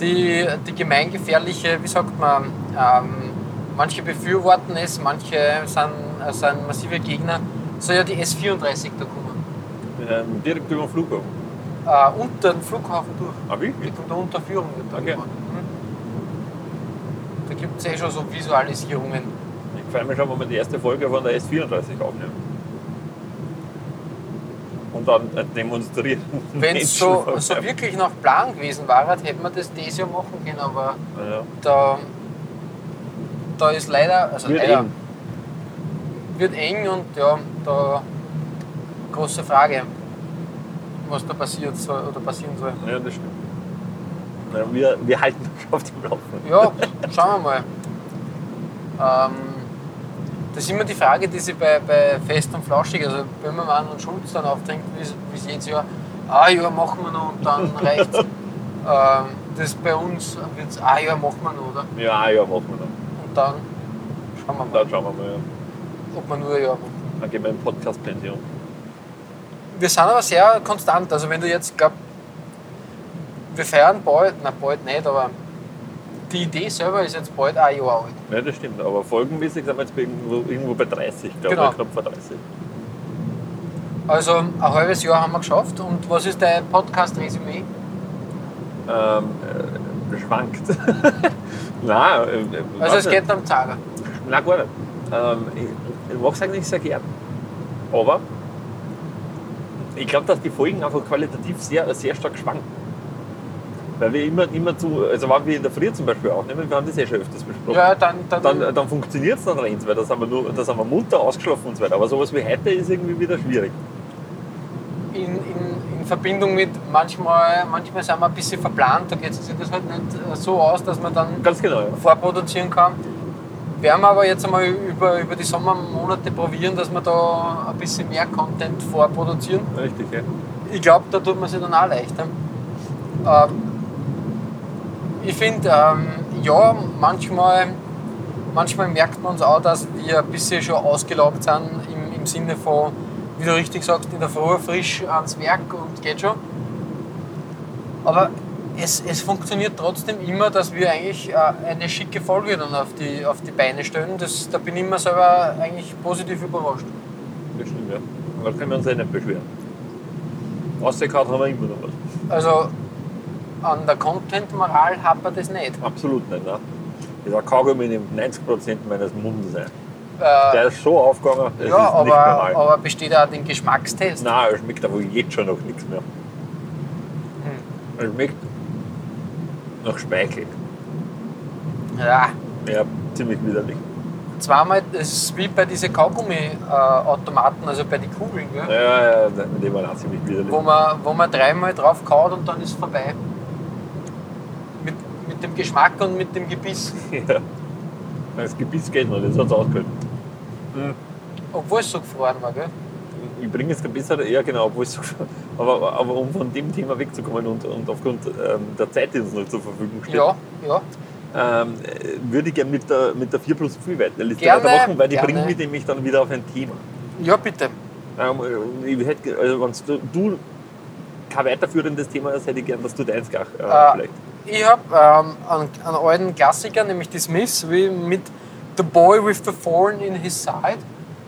D: die, die gemeingefährliche, wie sagt man, ähm, manche befürworten es, manche sind, äh, sind massive Gegner. Soll ja die S34 da kommen.
E: Ähm, direkt über den Flughafen.
D: Äh, unter den Flughafen durch.
E: Ah,
D: Die
E: wirklich?
D: kommt da unter Führung. wird da
E: Okay.
D: gemacht. Hm. Da gibt es eh schon so Visualisierungen.
E: Ich freue mich schon, wenn wir die erste Folge von der S34 aufnehmen. Und dann äh, demonstrieren.
D: Wenn es so,
E: Menschen
D: so
E: vorbei.
D: wirklich nach Plan gewesen war, hätte man das dieses Jahr machen können, aber
E: Ja.
D: da, da ist leider, also
E: Wird
D: leider,
E: eng.
D: wird eng und ja, da große Frage, was da passiert soll oder passieren soll.
E: ja, das stimmt. Na, wir, wir halten uns auf dem Laufen.
D: Ja, schauen wir mal. Ähm, das ist immer die Frage, die sich bei, bei Fest und Flauschig, also Böhmermann und Schulz dann auftrinken, wie es- wie es jedes Jahr, ah ja, machen wir noch und dann reicht's. ähm, das bei uns wird es, ah ja, machen wir noch, oder?
E: Ja, ja, machen wir dann.
D: Und dann schauen wir mal,
E: Dann schauen wir mal. Ja.
D: ob wir nur ein Jahr machen.
E: Dann gehen wir in Podcast-Pension.
D: wir sind aber sehr konstant. Also wenn du jetzt, glaub, wir feiern bald, na bald nicht, aber die Idee selber ist jetzt bald ein Jahr alt.
E: Ja, das stimmt, aber folgenmäßig sind wir jetzt bei irgendwo, irgendwo bei 30, glaube
D: Genau.
E: ich, knapp vor 30.
D: Also ein halbes Jahr haben wir geschafft. Und was ist dein Podcast-Resümee?
E: Ähm, äh, schwankt. Nein, äh, äh,
D: Also
E: weiß
D: es
E: nicht.
D: geht am Zahler.
E: Nein, gar nicht. Ähm, ich ich mache es eigentlich sehr gern. Aber ich glaube, dass die Folgen einfach qualitativ sehr, sehr stark schwanken. Weil Weil wir immer, immer zu, also wenn wir in der Früh zum Beispiel aufnehmen, wir haben das eh schon öfters besprochen,
D: Ja, dann, dann,
E: dann, äh, dann funktioniert es, dann rennt weil da sind, wir nur, da sind wir munter ausgeschlafen und so weiter. Aber sowas wie heute ist irgendwie wieder schwierig.
D: in, in, in Verbindung mit manchmal, manchmal sind wir ein bisschen verplant, da geht es das halt nicht so aus, dass man dann
E: Ganz genau, ja.
D: vorproduzieren kann. Werden wir aber jetzt einmal über, über die Sommermonate probieren, dass wir da ein bisschen mehr Content vorproduzieren.
E: Richtig, ja.
D: Ich glaube, da tut man sich dann auch leichter. Ähm, ich finde, ähm, ja, manchmal, manchmal merkt man uns auch, dass wir ein bisschen schon ausgelaugt sind im, im Sinne von, wie du richtig sagst, in der Früh frisch ans Werk und geht schon. Aber es, es funktioniert trotzdem immer, dass wir eigentlich äh, eine schicke Folge dann auf die, auf die Beine stellen. Das, da bin ich immer selber eigentlich positiv überrascht.
E: Das stimmt, ja. Da können wir uns eh nicht beschweren. Ausgekaut haben wir immer noch was.
D: Also an der Content-Moral hapert es nicht.
E: Absolut nicht, ne? Dieser Kaugummi nimmt 90% meines Mundes ein.
D: Äh,
E: Der ist so aufgegangen, das
D: ja,
E: ist nicht
D: aber,
E: normal.
D: aber besteht auch den Geschmackstest.
E: Nein, es schmeckt aber jetzt schon noch nichts
D: Hm.
E: mehr. Es schmeckt nach Speichel.
D: Ja,
E: Ja, ziemlich widerlich.
D: zweimal, es ist wie bei diesen Kaugummi-Automaten, also bei den Kugeln, gell?
E: Ja, ja, mit dem war auch ziemlich widerlich.
D: Wo, man, wo man dreimal drauf kaut und dann ist es vorbei. Mit, mit dem Geschmack und mit dem Gebiss.
E: Ja. Das Gebiss geht noch, das hat es ausgehört.
D: Obwohl es so gefroren war, gell?
E: Ich bringe jetzt ein bisschen, ja genau, obwohl ich so aber, aber um von dem Thema wegzukommen und, und aufgrund ähm, der Zeit, die uns noch zur Verfügung steht,
D: Ja, ja.
E: ähm, äh, würde ich gerne mit der, mit der 4 plus 4 weiterliste
D: Gerne,
E: weitermachen, weil die
D: gerne.
E: bringt mich nämlich dann wieder auf ein Thema.
D: Ja, bitte.
E: Ähm, ich hätte, ge- also wenn du, du kein weiterführendes Thema hast, hätte ich gern, dass du deins gleich äh,
D: Ah.
E: vielleicht.
D: Ich habe ähm, einen, einen alten Klassiker, nämlich die Smiths, wie mit The Boy with the Thorn in His Side.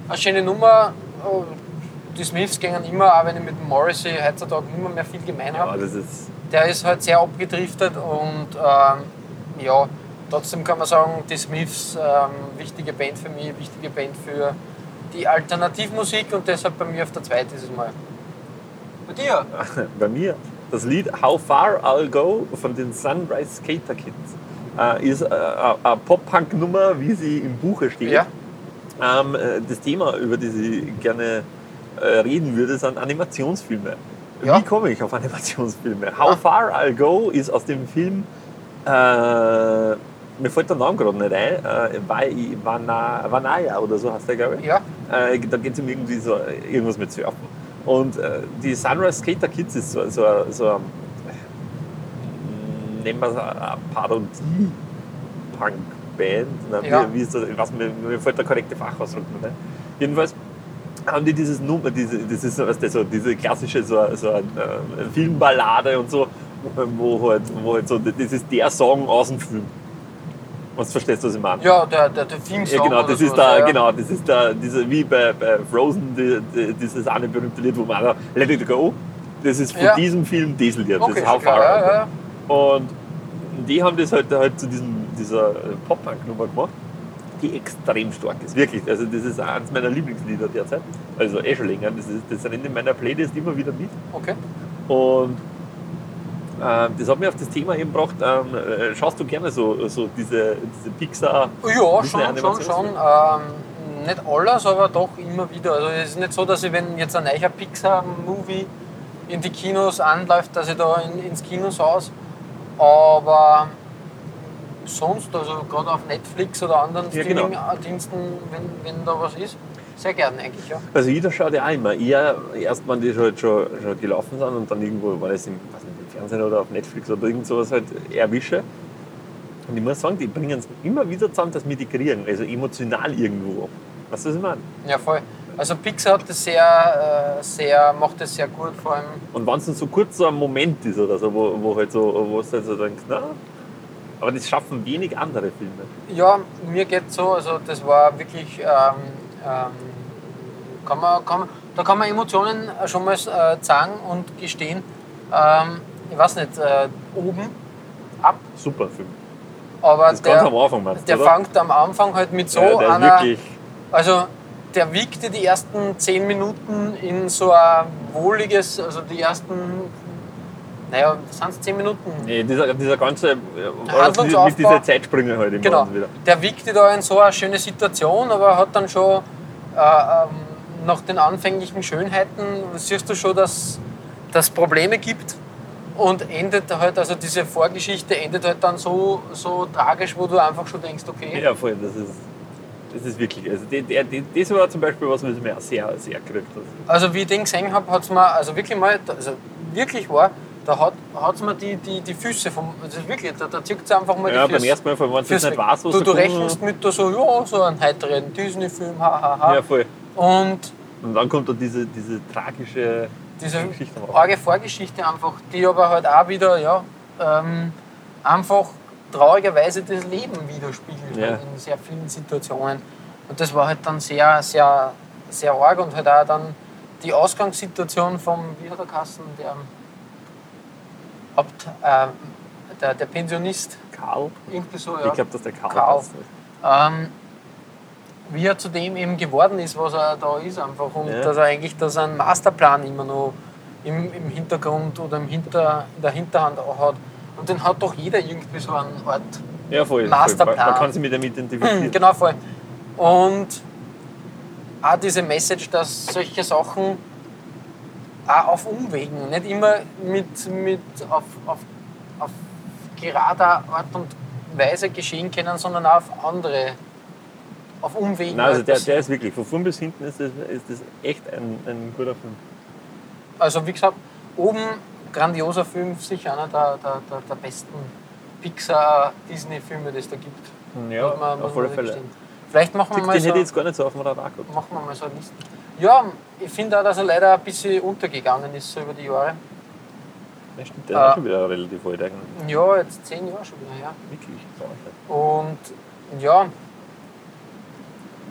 D: Eine schöne Nummer. Oh, Die Smiths gingen immer, auch wenn ich mit dem Morrissey heutzutage nicht mehr, mehr viel gemein habe.
E: Ja, Ah, das ist,
D: Der ist halt sehr abgedriftet und ähm, ja, trotzdem kann man sagen, die Smiths, ähm, wichtige Band für mich, wichtige Band für die Alternativmusik und deshalb bei mir auf der zweiten dieses Mal. Bei dir?
E: bei mir das Lied How Far I'll Go von den Sunrise Skater Kids äh, ist äh, eine Pop-Punk-Nummer, wie sie im Buche steht.
D: Ja.
E: Ähm, äh, das Thema, über das ich gerne äh, reden würde, sind Animationsfilme.
D: Ja. Ah.
E: Wie komme ich auf Animationsfilme? How Far I'll Go ist aus dem Film, äh, mir fällt der Name gerade nicht ein, äh, Vai- Vana- Vanaya oder so heißt der, glaube ich.
D: Ja.
E: Äh, da geht es um irgendwie so, irgendwas mit Surfen. Und äh, die Sunrise Skater Kids ist so, so, so ein, äh, nennen wir es eine Parodie-Punk-Band. Ne?
D: Ja.
E: Wie, wie ist das? Ich weiß, mir, mir fällt der korrekte Fachausdruck nicht. ein. ne? Jedenfalls haben die dieses Nummer, diese, das ist so, weißt du, so diese klassische so, so ein, äh, Filmballade und so, wo halt, wo halt so, das ist der Song aus dem Film. Was verstehst du, was ich meine?
D: Ja, der, der, der Theme-Song.
E: Ja, genau,
D: oder
E: das
D: so,
E: ist da,
D: ja.
E: genau, das ist da, diese, wie bei, bei Frozen, die, die, dieses eine berühmte Lied, wo man da, Let It Go, das ist von
D: Ja.
E: diesem Film dieses Lied, das
D: Okay,
E: ist also. How
D: schon klar,
E: Far.
D: ja,
E: I'll Go.
D: ja.
E: Und die haben das halt, halt zu diesem, dieser Pop-Punk-Nummer gemacht, die extrem stark ist, wirklich. Also das ist eines meiner Lieblingslieder derzeit, also eh schon länger, das, ist, das rennt in meiner Playlist immer wieder mit.
D: Okay.
E: Und ähm, das hat mich auf das Thema eben gebracht, ähm, äh, schaust du gerne so, so diese, diese Pixar...
D: Ja,
E: Disney
D: schon, schon, schon.
E: Animationsfilme?
D: Ähm, nicht alles, aber doch immer wieder. Also es ist nicht so, dass ich, wenn jetzt ein neuer Pixar-Movie in die Kinos anläuft, dass ich da in, ins Kino saß. Aber sonst, also gerade auf Netflix oder anderen
E: Ja, genau.
D: Streaming-Diensten, wenn, wenn da was ist, sehr gern eigentlich, ja.
E: Also jeder schaut ja auch immer. Eher erst wenn die halt schon, schon gelaufen sind und dann irgendwo, weil es im, weiß nicht, im Fernsehen oder auf Netflix oder irgend sowas halt erwische. Und ich muss sagen, die bringen es immer wieder zusammen, dass wir die kriegen, also emotional irgendwo. ab. Weißt du, was ich meine?
D: Ja, voll. Also Pixar hat das sehr, äh, sehr, macht das sehr gut, vor allem
E: Und wenn es dann so kurz so ein Moment ist oder so, wo, wo halt so, wo du halt so denkst, na, aber das schaffen wenig andere Filme.
D: Ja, mir geht so, also das war wirklich, ähm, ähm, kann man, kann, man- da kann man Emotionen schon mal äh, zeigen und gestehen. Ähm, ich weiß nicht, äh, oben, ab,
E: Super Film.
D: aber
E: Das ganz
D: der,
E: am Anfang meinst
D: der
E: oder?
D: fängt am Anfang halt mit so
E: ja, der ist
D: einer,
E: wirklich.
D: also der wiegt dir die ersten zehn Minuten in so ein wohliges, also die ersten naja, sind es 10 Minuten?
E: Nee, dieser, dieser ganze, äh, alles mit,
D: Handlungsaufbau.
E: mit dieser Zeitsprünge halt im
D: Genau.
E: Ganzen wieder.
D: Der wiegt dich da in so eine schöne Situation, aber hat dann schon äh, ähm, nach den anfänglichen Schönheiten, siehst du schon, dass es Probleme gibt und endet halt, also diese Vorgeschichte endet halt dann so, so tragisch, wo du einfach schon denkst, okay,
E: Ja, voll, das ist, das ist wirklich, also der, der, der, das war zum Beispiel was, was mir auch sehr, sehr gekriegt hat.
D: also wie ich den gesehen habe, hat es mir, also wirklich mal, also wirklich war, da hat hat's mir die, die, die Füße vom, also wirklich, da, da zieht es einfach mal
E: Ja,
D: die
E: beim
D: Füße.
E: ersten Mal, vor allem, wenn du das
D: Füße
E: nicht weißt, was
D: du, du
E: da kommt. ne?
D: rechnest mit da so, ja, so einen heiteren Disney-Film, hahaha. Ha.
E: Ja, voll.
D: Und
E: Und dann kommt da diese, diese tragische
D: diese
E: Geschichte am Rand.
D: arge Vorgeschichte einfach, die aber halt auch wieder, ja, ähm, einfach traurigerweise das Leben widerspiegelt
E: Ja.
D: halt in sehr vielen Situationen. Und das war halt dann sehr, sehr, sehr arg und halt auch dann die Ausgangssituation vom, wie hat er geheißen, der, Haupt, äh, der, der Pensionist,
E: Karl.
D: irgendwie so, ja.
E: Ich glaube, dass der Karl,
D: Karl.
E: passt.
D: Ähm, wie er zu dem eben geworden ist, was er da ist einfach. Und
E: Ja.
D: dass er eigentlich dass er einen Masterplan immer noch im, im Hintergrund oder im Hinter, in der Hinterhand auch hat. Und den hat doch jeder irgendwie so einen Ort.
E: Ja, voll.
D: Masterplan.
E: Voll. Man, man kann sich mit dem identifizieren.
D: genau, voll. Und auch diese Message, dass solche Sachen auch auf Umwegen, nicht immer mit, mit auf, auf, auf gerader Art und Weise geschehen können, sondern auch auf andere, auf Umwegen.
E: Nein, also der,
D: etwas-
E: der ist wirklich, von vorn bis hinten ist das, ist das echt ein, ein guter Film.
D: Also wie gesagt, oben grandioser Film, sicher einer der, der, der, der besten Pixar-Disney-Filme, die es da gibt. Muss man- muss
E: auf
D: man
E: alle Fälle.
D: gestehen. Vielleicht machen wir
E: Den
D: mal
E: hätte
D: so,
E: ich jetzt gar nicht so auf dem Radar gehabt.
D: machen wir mal so eine Liste. Ja, ich finde auch, dass er leider ein bisschen untergegangen ist so über die Jahre.
E: Ja, stimmt, der ist
D: Ah.
E: auch schon wieder relativ alt eigentlich.
D: Ja, jetzt zehn Jahre schon wieder her.
E: Wirklich. Wahnsinn.
D: Und ja,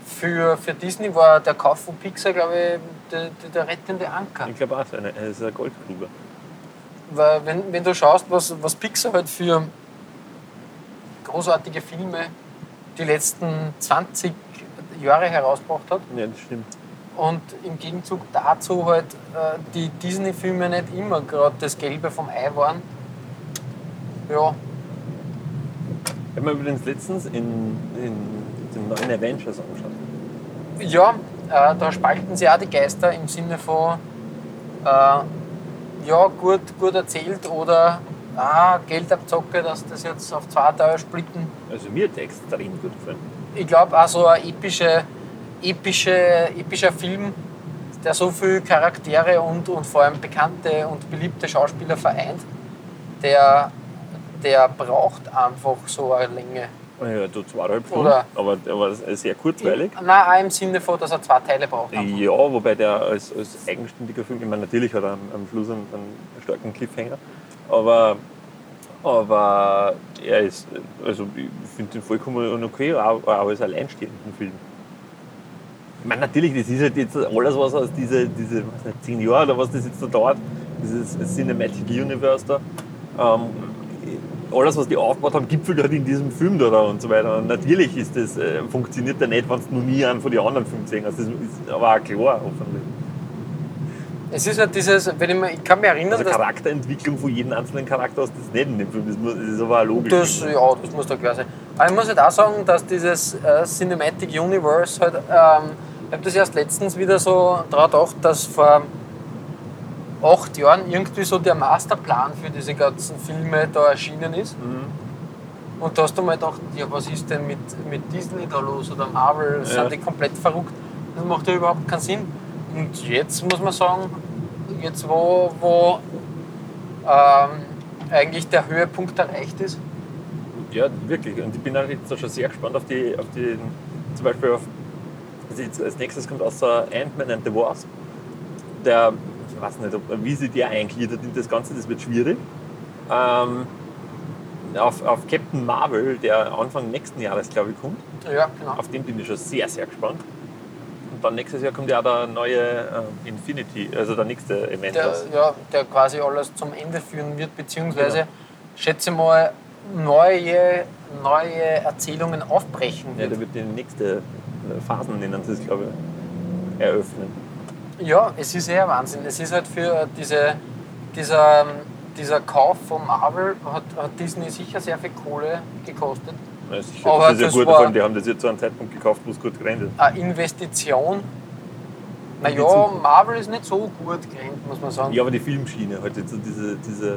D: für, für Disney war der Kauf von Pixar, glaube ich, der, der, der rettende Anker.
E: Ich glaube auch, so eine- er ist ein Goldgruber.
D: Weil wenn, wenn du schaust, was, was Pixar halt für großartige Filme die letzten 20 Jahre herausgebracht hat
E: Ja, das stimmt.
D: und im Gegenzug dazu halt äh, die Disney-Filme nicht immer gerade das Gelbe vom Ei waren. Ja,
E: Ich habe mir übrigens letztens in, in den neuen Avengers angeschaut.
D: ja äh, da spalten sich auch die Geister im Sinne von äh, ja, gut, gut erzählt oder ah, Geldabzocke, dass das jetzt auf zwei Teile splitten.
E: Also mir hat der extrem gut gefallen.
D: ich glaube, auch so ein epischer, epische, epischer Film, der so viele Charaktere und, und vor allem bekannte und beliebte Schauspieler vereint, der, der braucht einfach so eine Länge.
E: Ah Ja, du zweieinhalb Stunden,
D: Oder-
E: aber der war sehr kurzweilig.
D: Nein, auch im Sinne von, dass er zwei Teile braucht. einfach.
E: Ja, wobei der als, als eigenständiger Film, ich meine, natürlich hat er am, am Schluss einen, einen starken Cliffhanger, aber, aber er ist, also ich finde den vollkommen okay, auch, auch als alleinstehenden Film. Ich meine, natürlich, das ist halt jetzt alles, was aus diese, diese was nicht, zehn Jahre oder was das jetzt da dauert, dieses Cinematic Universe da, ähm, alles, was die aufgebaut haben, gipfelt halt in diesem Film da, da und so weiter. Und natürlich ist das, äh, funktioniert der nicht, wenn du noch nie einen von den anderen Filmen gesehen hast. Das ist aber auch klar, hoffentlich.
D: Es ist halt dieses, wenn ich, mir, ich kann mich erinnern,
E: Also
D: dass
E: Charakterentwicklung von jedem einzelnen Charakter hast du das nicht in dem Film. Das, muss, das ist aber auch logisch.
D: Das, ja, das muss da klar sein. Aber ich muss halt auch sagen, dass dieses äh, Cinematic Universe halt, ähm, ich habe das erst letztens wieder so drauf gedacht, dass vor acht Jahren irgendwie so der Masterplan für diese ganzen Filme da erschienen ist.
E: Mhm.
D: Und da hast du mal gedacht, ja, was ist denn mit, mit Disney da los oder Marvel?
E: Ja.
D: Sind die komplett verrückt? Das macht ja überhaupt keinen Sinn. Und jetzt muss man sagen, jetzt wo, wo ähm, eigentlich der Höhepunkt erreicht ist,
E: Ja, wirklich. Und ich bin auch jetzt da schon sehr gespannt auf die, auf die zum Beispiel auf, also jetzt als nächstes kommt außer Ant-Man and the Wasp, der, ich weiß nicht, ob, wie sie der eingliedert in das Ganze, das wird schwierig. Ähm, auf, auf Captain Marvel, der Anfang nächsten Jahres, glaube ich, kommt.
D: Ja, genau.
E: Auf den bin ich schon sehr, sehr gespannt. Und dann nächstes Jahr kommt ja auch der neue ähm, Infinity, also der nächste Event.
D: Der, ja, der quasi alles zum Ende führen wird, beziehungsweise
E: Genau.
D: schätze mal, neue, neue Erzählungen aufbrechen
E: Ja,
D: wird.
E: der wird die nächste äh, Phasen nennen, das ist, glaube ich, eröffnen.
D: Ja, es ist eher Wahnsinn. Es ist halt für diese, äh, dieser ähm, dieser Kauf von Marvel hat, hat Disney sicher sehr viel Kohle gekostet.
E: Ja, sicher.
D: Aber
E: das ist ja
D: Oh, das
E: gut,
D: war-
E: vor allem, die haben das jetzt zu einem Zeitpunkt gekauft, wo es gut gerendet
D: Eine Investition.
E: die
D: Naja,
E: Zukunft.
D: Marvel ist nicht so gut gerannt, muss man sagen.
E: Ja, aber die Filmschiene halt, jetzt so diese, diese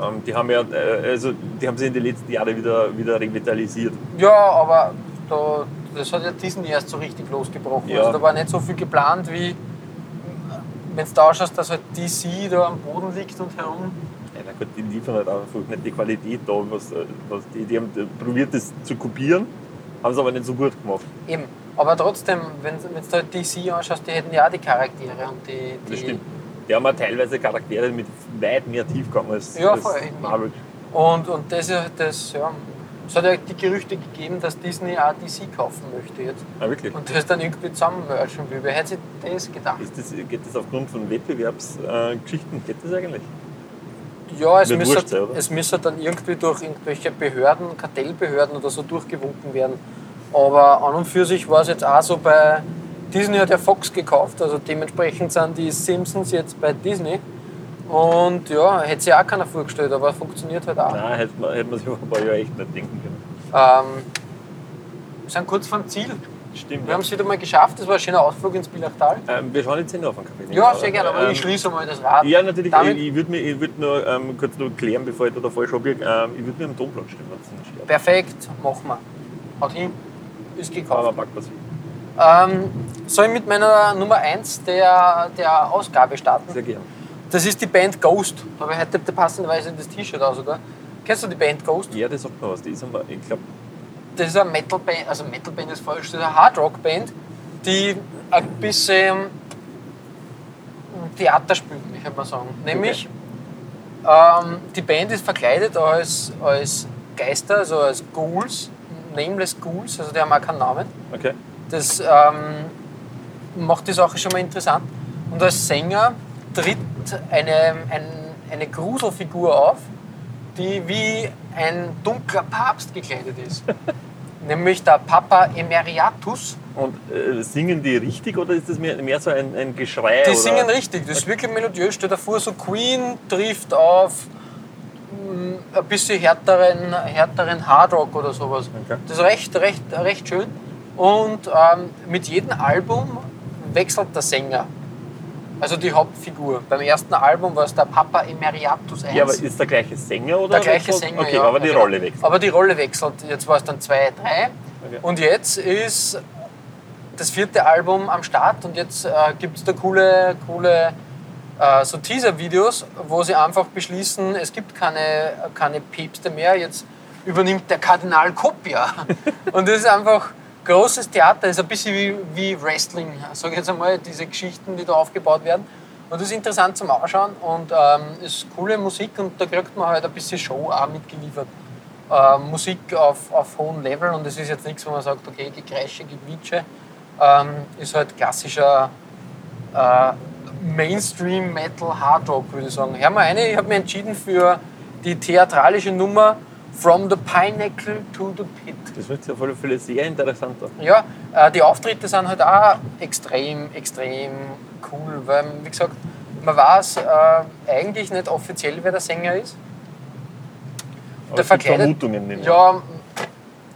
E: ähm, die haben ja, äh, also die haben sich in den letzten Jahren wieder, wieder revitalisiert.
D: Ja, aber da, das hat ja Disney erst so richtig losgebrochen.
E: Ja.
D: Also da war nicht so viel geplant, wie wenn du da ausschaust, dass halt DC da am Boden liegt und herum.
E: Ja, na gut, die liefern halt einfach nicht die Qualität da, was, äh, was die, die haben äh, probiert, das zu kopieren, haben es aber nicht so gut gemacht.
D: Eben. Aber trotzdem, wenn wenn du halt DC anschaust, die hätten ja auch die Charaktere und die. die
E: Das stimmt. Die haben auch teilweise Charaktere mit weit mehr Tiefgang als,
D: Ja,
E: als
D: voll.
E: Marvel.
D: Und, und das ist das, ja. Es hat ja die Gerüchte gegeben, dass Disney auch DC kaufen möchte jetzt.
E: Ah, wirklich.
D: Und das dann irgendwie zusammenmerchen will. Wer hätte sich das gedacht?
E: Ist das, geht das aufgrund von Wettbewerbsgeschichten? Äh, Geschichten? geht das eigentlich?
D: Ja, es
E: Wird
D: müsste,
E: wurscht sein, oder?
D: es müsste dann irgendwie durch irgendwelche Behörden, Kartellbehörden oder so durchgewunken werden. Aber an und für sich war es jetzt auch so bei Disney hat ja Fox gekauft, also dementsprechend sind die Simpsons jetzt bei Disney. Und ja, hätte sich auch keiner vorgestellt, aber funktioniert halt auch.
E: Nein, hätte man, hätte man sich vor ein paar Jahren echt nicht denken können.
D: Ähm, wir sind kurz vom Ziel.
E: Stimmt.
D: Wir haben es wieder mal geschafft, das war ein schöner Ausflug ins Bilachtal.
E: ähm, wir schauen jetzt hin auf einen Kaffee.
D: Ja, sehr gerne, aber
E: Ähm,
D: ich schließe mal das Rad.
E: Ja, natürlich.
D: Damit-
E: ich ich würde ich würd nur ähm, kurz noch klären, bevor ich da, da falsch abbiege. Ähm, ich würde mir am Domplatz stellen, wenn es nicht stört.
D: Perfekt, machen wir. Haut hin, ist gekauft.
E: Aber pack was.
D: Ähm, soll ich mit meiner Nummer 1 der, der Ausgabe starten?
E: Sehr gerne.
D: Das ist die Band Ghost. Da habe ich heute passenderweise das T-Shirt auch sogar. Kennst du die Band Ghost?
E: Ja, das sagt mir was. Die ist aber, ich glaube,
D: Das ist eine Metal-Band, also Metal-Band ist falsch, das ist eine Hard-Rock-Band, die ein bisschen Theater spielt, ich würde mal sagen. Nämlich, ähm, die Band ist verkleidet als, als Geister, also als Ghouls, Nameless Ghouls, also die haben auch keinen Namen.
E: okay.
D: Das ähm, macht die Sache schon mal interessant. Und als Sänger tritt eine, ein, eine Gruselfigur auf, die wie ein dunkler Papst gekleidet ist. Nämlich der Papa Emeritus.
E: Und äh, singen die richtig oder ist das mehr, mehr so ein, ein Geschrei?
D: Die
E: oder?
D: singen richtig, das ist wirklich melodiös. Stell dir vor, so Queen trifft auf mm, ein bisschen härteren, härteren Hardrock oder sowas.
E: Okay.
D: Das ist recht, recht, recht schön. Und ähm, mit jedem Album wechselt der Sänger. Also die Hauptfigur. Beim ersten Album war es der Papa Emeritus 1.
E: Ja, aber ist der gleiche Sänger
D: der
E: oder?
D: gleiche
E: wechselt?
D: Sänger.
E: Okay,
D: ja.
E: aber die
D: Ja, genau.
E: Rolle wechselt.
D: Aber die Rolle wechselt. Jetzt war es dann 2, 3.
E: Okay.
D: Und jetzt ist das vierte Album am Start und jetzt äh, gibt es da coole, coole äh, so Teaser-Videos, wo sie einfach beschließen, es gibt keine, keine Päpste mehr, jetzt übernimmt der Kardinal Kopia. und das ist einfach großes Theater, das ist ein bisschen wie, wie Wrestling, sage ich jetzt einmal, diese Geschichten, die da aufgebaut werden. Und das ist interessant zum Anschauen und ähm, ist coole Musik und da kriegt man halt ein bisschen Show auch mitgeliefert. Äh, Musik auf, auf hohem Level und es ist jetzt nichts, wo man sagt, okay, Gekreische, Gewitsche. Ähm, ist halt klassischer äh, Mainstream Metal Hard Rock, würde ich sagen. Hör mal eine, ich habe mich entschieden für die theatralische Nummer From the Pineapple to the Pit.
E: Das wird ja voll viele sehr interessanter.
D: Ja, äh, die Auftritte sind halt auch extrem, extrem cool, weil, wie gesagt, man weiß äh, eigentlich nicht offiziell, wer der Sänger ist.
E: Aber
D: Der
E: es gibt
D: verkleidet-
E: Vermutungen nämlich.
D: Ja,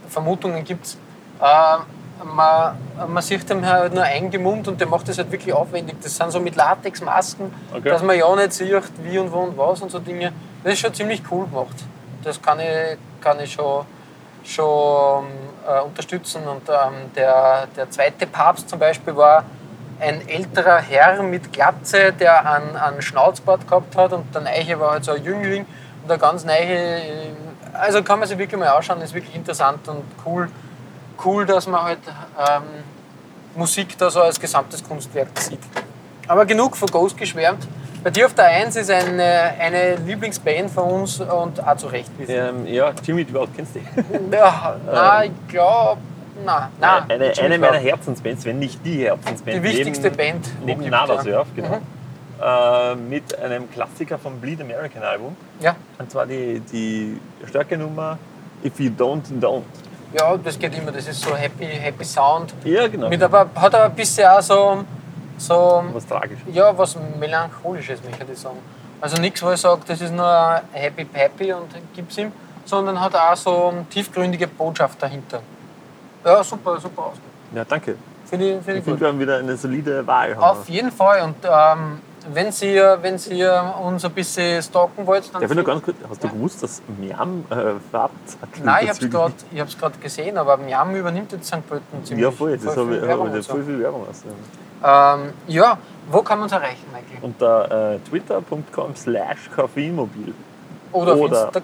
D: Vermutungen gibt es. Äh, man, man sieht dem halt nur eingemummt und der macht das halt wirklich aufwendig. Das sind so mit Latexmasken,
E: Okay.
D: dass man ja nicht sieht, wie und wo und was und so Dinge. Das ist schon ziemlich cool gemacht. Das kann ich, kann ich schon, schon äh, unterstützen. Und ähm, der, der zweite Papst zum Beispiel war ein älterer Herr mit Glatze, der einen, einen Schnauzbart gehabt hat und der Neiche war halt so ein Jüngling und der ganz Neiche, äh, also kann man sich wirklich mal anschauen, ist wirklich interessant und cool, cool dass man halt ähm, Musik da so als gesamtes Kunstwerk sieht. Aber genug von Ghost geschwärmt. Bei dir auf der 1 ist eine, eine Lieblingsband von uns und auch zu Recht. wie sie-
E: Ähm, ja, Jimmy, du überhaupt kennst die.
D: Ja, nein, ich glaube, nein, nein.
E: eine
D: Ah. Jimmy
E: eine
D: Clark.
E: meiner Herzensbands, wenn nicht die Herzensband.
D: Die wichtigste
E: neben,
D: Band, wo
E: Neben
D: gibt,
E: Nada
D: ja.
E: Surf, genau. Äh, mit einem Klassiker vom Bleed American Album.
D: Ja.
E: Und zwar die, die starke Nummer If You Don't, Don't.
D: ja, das geht immer, das ist so happy, happy Sound.
E: Ja, genau.
D: Mit aber, hat aber ein bisschen auch so, so
E: Was tragisch.
D: ja, was Melancholisches, möchte ich sagen. Also nichts, wo ich sage, das ist nur happy peppy und gib's ihm, sondern hat auch so eine tiefgründige Botschaft dahinter. Ja, super, super aus.
E: Ja, danke.
D: Finde ich, finde
E: Ich
D: ich gut.
E: finde, wir haben wieder eine solide Wahl. haben
D: Auf jeden Fall. Und ähm, wenn Sie, wenn Sie uns ein bisschen stalken wollt, dann.
E: Darf ich nur ganz kurz, hast du gewusst, dass Miam äh, Farbsattel
D: Nein, ich hab's
E: bezüglich-
D: grad- ich habe es gerade gesehen, aber Miam übernimmt jetzt St. Pölten ziemlich.
E: Ja, voll, das
D: viel
E: habe ich,
D: Werbung
E: hab
D: und
E: ich
D: so.
E: voll viel Werbung aus. ja.
D: Ähm, ja, wo kann man uns erreichen, Michael?
E: Unter äh, twitter.com slash koffeinmobil.
D: Oder,
E: Oder-
D: auf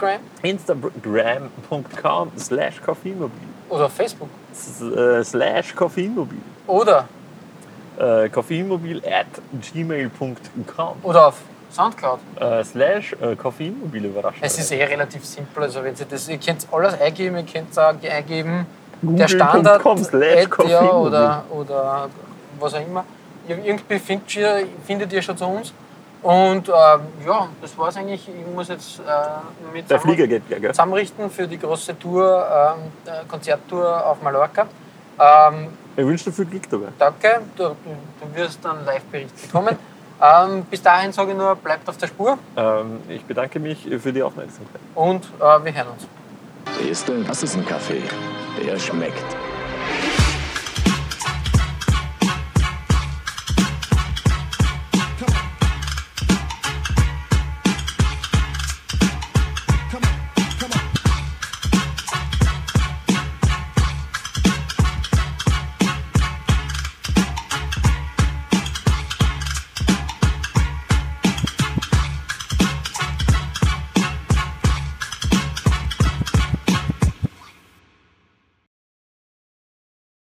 D: Instagram?
E: Instagram.com slash koffeinmobil.
D: Oder auf Facebook?
E: S- äh, Slash koffeinmobil.
D: Oder,
E: Äh, koffeinmobil at gmail.com.
D: oder auf Soundcloud?
E: Äh, slash äh, koffeinmobil überrascht.
D: Es ist eh relativ simpel. Also wenn Sie das, ihr könnt alles eingeben, ihr könnt auch eingeben,
E: Google.com
D: der Standard,
E: slash
D: Ad, ja,
E: Koffeinmobil.
D: oder, oder was auch immer. Ir- Irgendwie findet ihr, findet ihr schon zu uns. Und ähm, ja, das war's eigentlich. Ich muss jetzt äh, mit
E: Der
D: zusammen-
E: Flieger geht ja, gell?
D: zusammenrichten für die große Tour, ähm, äh, Konzerttour auf Mallorca. Ähm,
E: Ich wünsche dir viel Glück dabei.
D: danke, du, du wirst dann Live-Bericht bekommen. ähm, bis dahin sage ich nur, bleibt auf der Spur
E: Ähm, ich bedanke mich für die Aufmerksamkeit.
D: und äh, wir hören uns.
A: Siehste, das ist ein Kaffee. Der schmeckt.